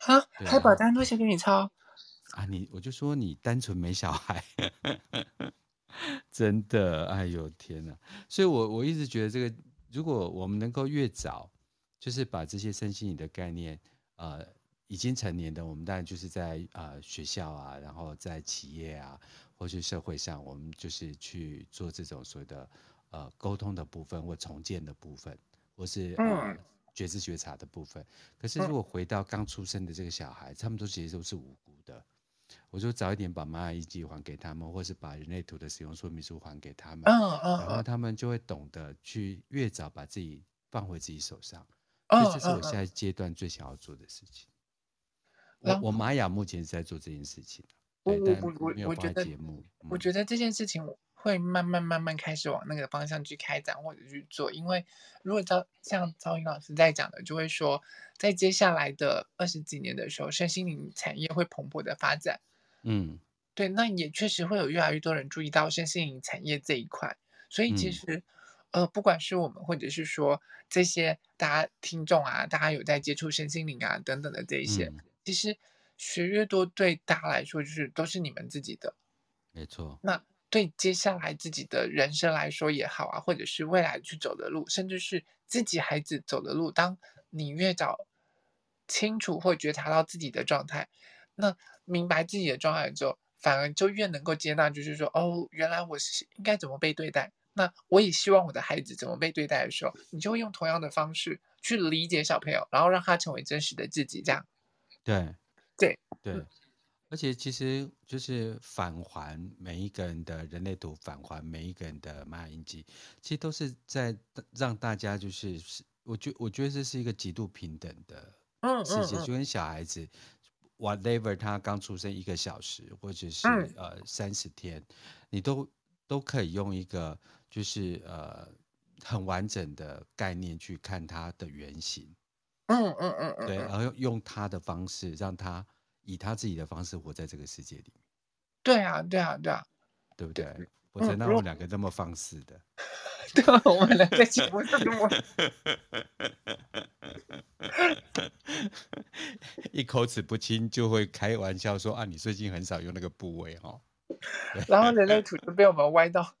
[SPEAKER 2] 哈，
[SPEAKER 3] 对嗯
[SPEAKER 2] 还
[SPEAKER 3] 然
[SPEAKER 2] 把
[SPEAKER 3] 后
[SPEAKER 2] 单都写给你抄，
[SPEAKER 3] 啊！你我就说你单纯没小孩，真的，哎呦天哪！所以我我一直觉得这个，如果我们能够越早，就是把这些身心灵的概念，呃，已经成年的，我们当然就是在呃学校啊，然后在企业啊，或是社会上，我们就是去做这种所谓的呃沟通的部分或重建的部分，或是呃
[SPEAKER 2] 嗯
[SPEAKER 3] 觉知觉察的部分。可是
[SPEAKER 2] 嗯
[SPEAKER 3] 如果回到刚出生的这个小孩，他们都其实都是无辜的。我说早一点把玛雅遗迹还给他们，或是把人类图的使用说明书还给他们，
[SPEAKER 2] 嗯
[SPEAKER 3] 然后
[SPEAKER 2] 嗯
[SPEAKER 3] 他们就会懂得去越早把自己放回自己手上。所
[SPEAKER 2] 嗯
[SPEAKER 3] 以这是我
[SPEAKER 2] 嗯
[SPEAKER 3] 现
[SPEAKER 2] 嗯，
[SPEAKER 3] 在阶段最想要做的事情。我
[SPEAKER 2] 然
[SPEAKER 3] 我玛雅目前是在做这件事情，
[SPEAKER 2] 我
[SPEAKER 3] 对，
[SPEAKER 2] 我
[SPEAKER 3] 但
[SPEAKER 2] 我我
[SPEAKER 3] 没有
[SPEAKER 2] 我觉
[SPEAKER 3] 放在
[SPEAKER 2] 得
[SPEAKER 3] 节目。
[SPEAKER 2] 我
[SPEAKER 3] 嗯
[SPEAKER 2] 觉得这件事情会慢慢慢慢开始往那个方向去开展或者去做，因为如果照像赵云老师在讲的，就会说，在接下来的二十几年的时候，身心灵产业会蓬勃的发展。
[SPEAKER 3] 嗯
[SPEAKER 2] 对，那也确实会有越来越多人注意到身心灵产业这一块，所以其
[SPEAKER 3] 嗯
[SPEAKER 2] 实，呃，不管是我们或者是说这些大家听众啊，大家有在接触身心灵啊等等的这一些，
[SPEAKER 3] 嗯，
[SPEAKER 2] 其实学越多对大家来说就是都是你们自己的，
[SPEAKER 3] 没错，
[SPEAKER 2] 那对接下来自己的人生来说也好啊，或者是未来去走的路，甚至是自己孩子走的路，当你越早清楚或觉察到自己的状态，那明白自己的状态之后，反而就越能够接纳，就是说，哦，原来我是应该怎么被对待。那我也希望我的孩子怎么被对待的时候，你就会用同样的方式去理解小朋友，然后让他成为真实的自己，这样。
[SPEAKER 3] 对
[SPEAKER 2] 对，
[SPEAKER 3] 对
[SPEAKER 2] 嗯。
[SPEAKER 3] 而且其实就是返还每一个人的人类图，返还每一个人的玛雅印记，其实都是在大让大家就是是，我觉我觉得这是一个极度平等的
[SPEAKER 2] 嗯
[SPEAKER 3] 世
[SPEAKER 2] 嗯
[SPEAKER 3] 界，
[SPEAKER 2] 嗯
[SPEAKER 3] 就跟小孩子，whatever 他刚出生一个小时或者是
[SPEAKER 2] 嗯，
[SPEAKER 3] 呃三十天，你都都可以用一个就是呃很完整的概念去看它的原型。
[SPEAKER 2] 嗯嗯嗯嗯
[SPEAKER 3] 对，啊
[SPEAKER 2] 嗯，
[SPEAKER 3] 然后用用他的方式，让他以他自己的方式活在这个世界里面，
[SPEAKER 2] 对啊，对啊，对啊。
[SPEAKER 3] 对不
[SPEAKER 2] 对，
[SPEAKER 3] 对？否则
[SPEAKER 2] 嗯，
[SPEAKER 3] 那我
[SPEAKER 2] 如
[SPEAKER 3] 们两个那么放肆的，
[SPEAKER 2] 对啊，我们俩在节目上这么，
[SPEAKER 3] 一口齿不清就会开玩笑说啊，你最近很少用那个部位哦。
[SPEAKER 2] 然后人类图就被我们歪到，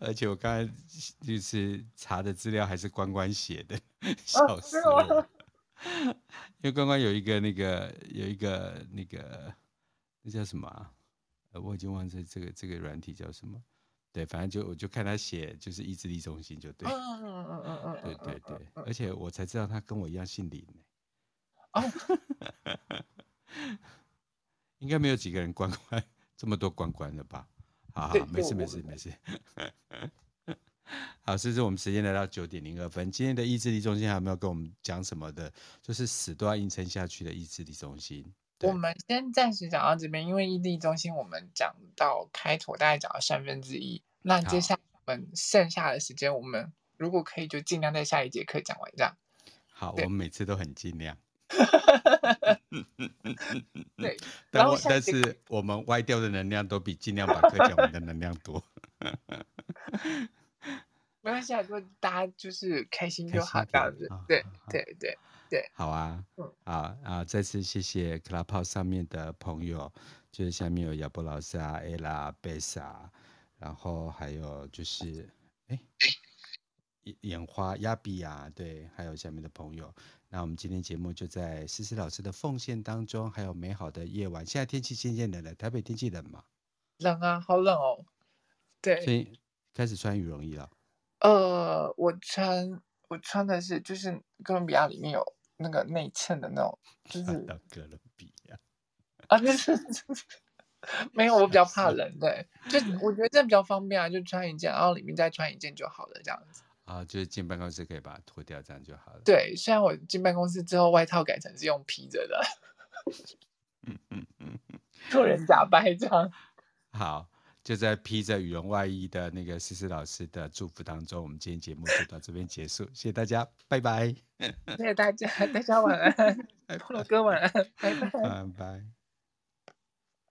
[SPEAKER 3] 而且我刚才就是查的资料还是关关写的，
[SPEAKER 2] 啊，
[SPEAKER 3] 笑
[SPEAKER 2] 真
[SPEAKER 3] 死
[SPEAKER 2] 的
[SPEAKER 3] 我
[SPEAKER 2] 吗？
[SPEAKER 3] 了。 因为关关有一个那个有一个那个那叫什么啊、呃我已经忘记这个这个软体叫什么。对，反正就我就看他写就是意志力中心就对，
[SPEAKER 2] 嗯嗯嗯嗯嗯
[SPEAKER 3] 对
[SPEAKER 2] 嗯嗯
[SPEAKER 3] 对
[SPEAKER 2] 嗯
[SPEAKER 3] 对，
[SPEAKER 2] 嗯，
[SPEAKER 3] 而且我才知道他跟我一样姓林呢、
[SPEAKER 2] 哦，
[SPEAKER 3] 应该没有几个人关关这么多关关了吧？好
[SPEAKER 2] 对
[SPEAKER 3] 好，没
[SPEAKER 2] 对，
[SPEAKER 3] 事没
[SPEAKER 2] 我
[SPEAKER 3] 事没事。 好，这是我们时间来到九点零二分。今天的意志力中心还有没有跟我们讲什么的？就是死都要硬撑下去的意志力中心。
[SPEAKER 2] 我
[SPEAKER 3] 对，
[SPEAKER 2] 们先暂时讲到这边，因为异地中心我们讲到开头大概讲到三分之一，那接
[SPEAKER 3] 好，
[SPEAKER 2] 下来我们剩下的时间，我们如果可以就尽量在下一节课讲完这样。
[SPEAKER 3] 好，我
[SPEAKER 2] 对
[SPEAKER 3] 们每次都很尽量，嗯
[SPEAKER 2] 对，然
[SPEAKER 3] 但
[SPEAKER 2] 后
[SPEAKER 3] 我
[SPEAKER 2] 下一
[SPEAKER 3] 但
[SPEAKER 2] 节
[SPEAKER 3] 是我们歪掉的能量都比尽量把课讲完的能量多。
[SPEAKER 2] 没关系啊，就大家就是开心
[SPEAKER 3] 开
[SPEAKER 2] 就好
[SPEAKER 3] 心
[SPEAKER 2] 这
[SPEAKER 3] 点
[SPEAKER 2] 样子。
[SPEAKER 3] 啊、
[SPEAKER 2] 对
[SPEAKER 3] 好
[SPEAKER 2] 对对对，
[SPEAKER 3] 好啊，
[SPEAKER 2] 嗯，
[SPEAKER 3] 好啊！再次谢谢 Clubhouse 上面的朋友，就是下面有亚波老师啊、Ella、贝萨，然后还有就是，哎，眼眼花、亚比啊，对，还有下面的朋友。那我们今天节目就在思思老师的奉献当中，还有美好的夜晚。现在天气渐渐冷了，台北天气冷嘛，
[SPEAKER 2] 冷啊，好冷哦。对，
[SPEAKER 3] 所以开始穿羽绒衣了。
[SPEAKER 2] 呃，我穿我穿的是就是哥伦比亚里面有那个内衬的那种，就
[SPEAKER 3] 穿
[SPEAKER 2] 是
[SPEAKER 3] 到哥伦比亚，
[SPEAKER 2] 啊，就是 没有，我比
[SPEAKER 3] 笑
[SPEAKER 2] 较怕
[SPEAKER 3] 死！
[SPEAKER 2] 冷，对，就
[SPEAKER 3] 嗯
[SPEAKER 2] 我觉得这样比较方便啊，就穿一件，然后里面再穿一件就好了，这样子。
[SPEAKER 3] 啊，就是进办公室可以把它脱掉，这样就好了。
[SPEAKER 2] 对，虽然我进办公室之后外套改成是用披着的，
[SPEAKER 3] 嗯嗯嗯。
[SPEAKER 2] 做人假扮这样。
[SPEAKER 3] 好，就在披着羽绒外衣的那个思思老师的祝福当中，我们今天节目就到这边结束，谢谢大家，拜拜，
[SPEAKER 2] 谢谢大家，大家晚安，
[SPEAKER 3] 拜
[SPEAKER 2] 菠 萝
[SPEAKER 3] 拜，
[SPEAKER 2] 哥晚安，拜拜。
[SPEAKER 3] 嗯拜拜。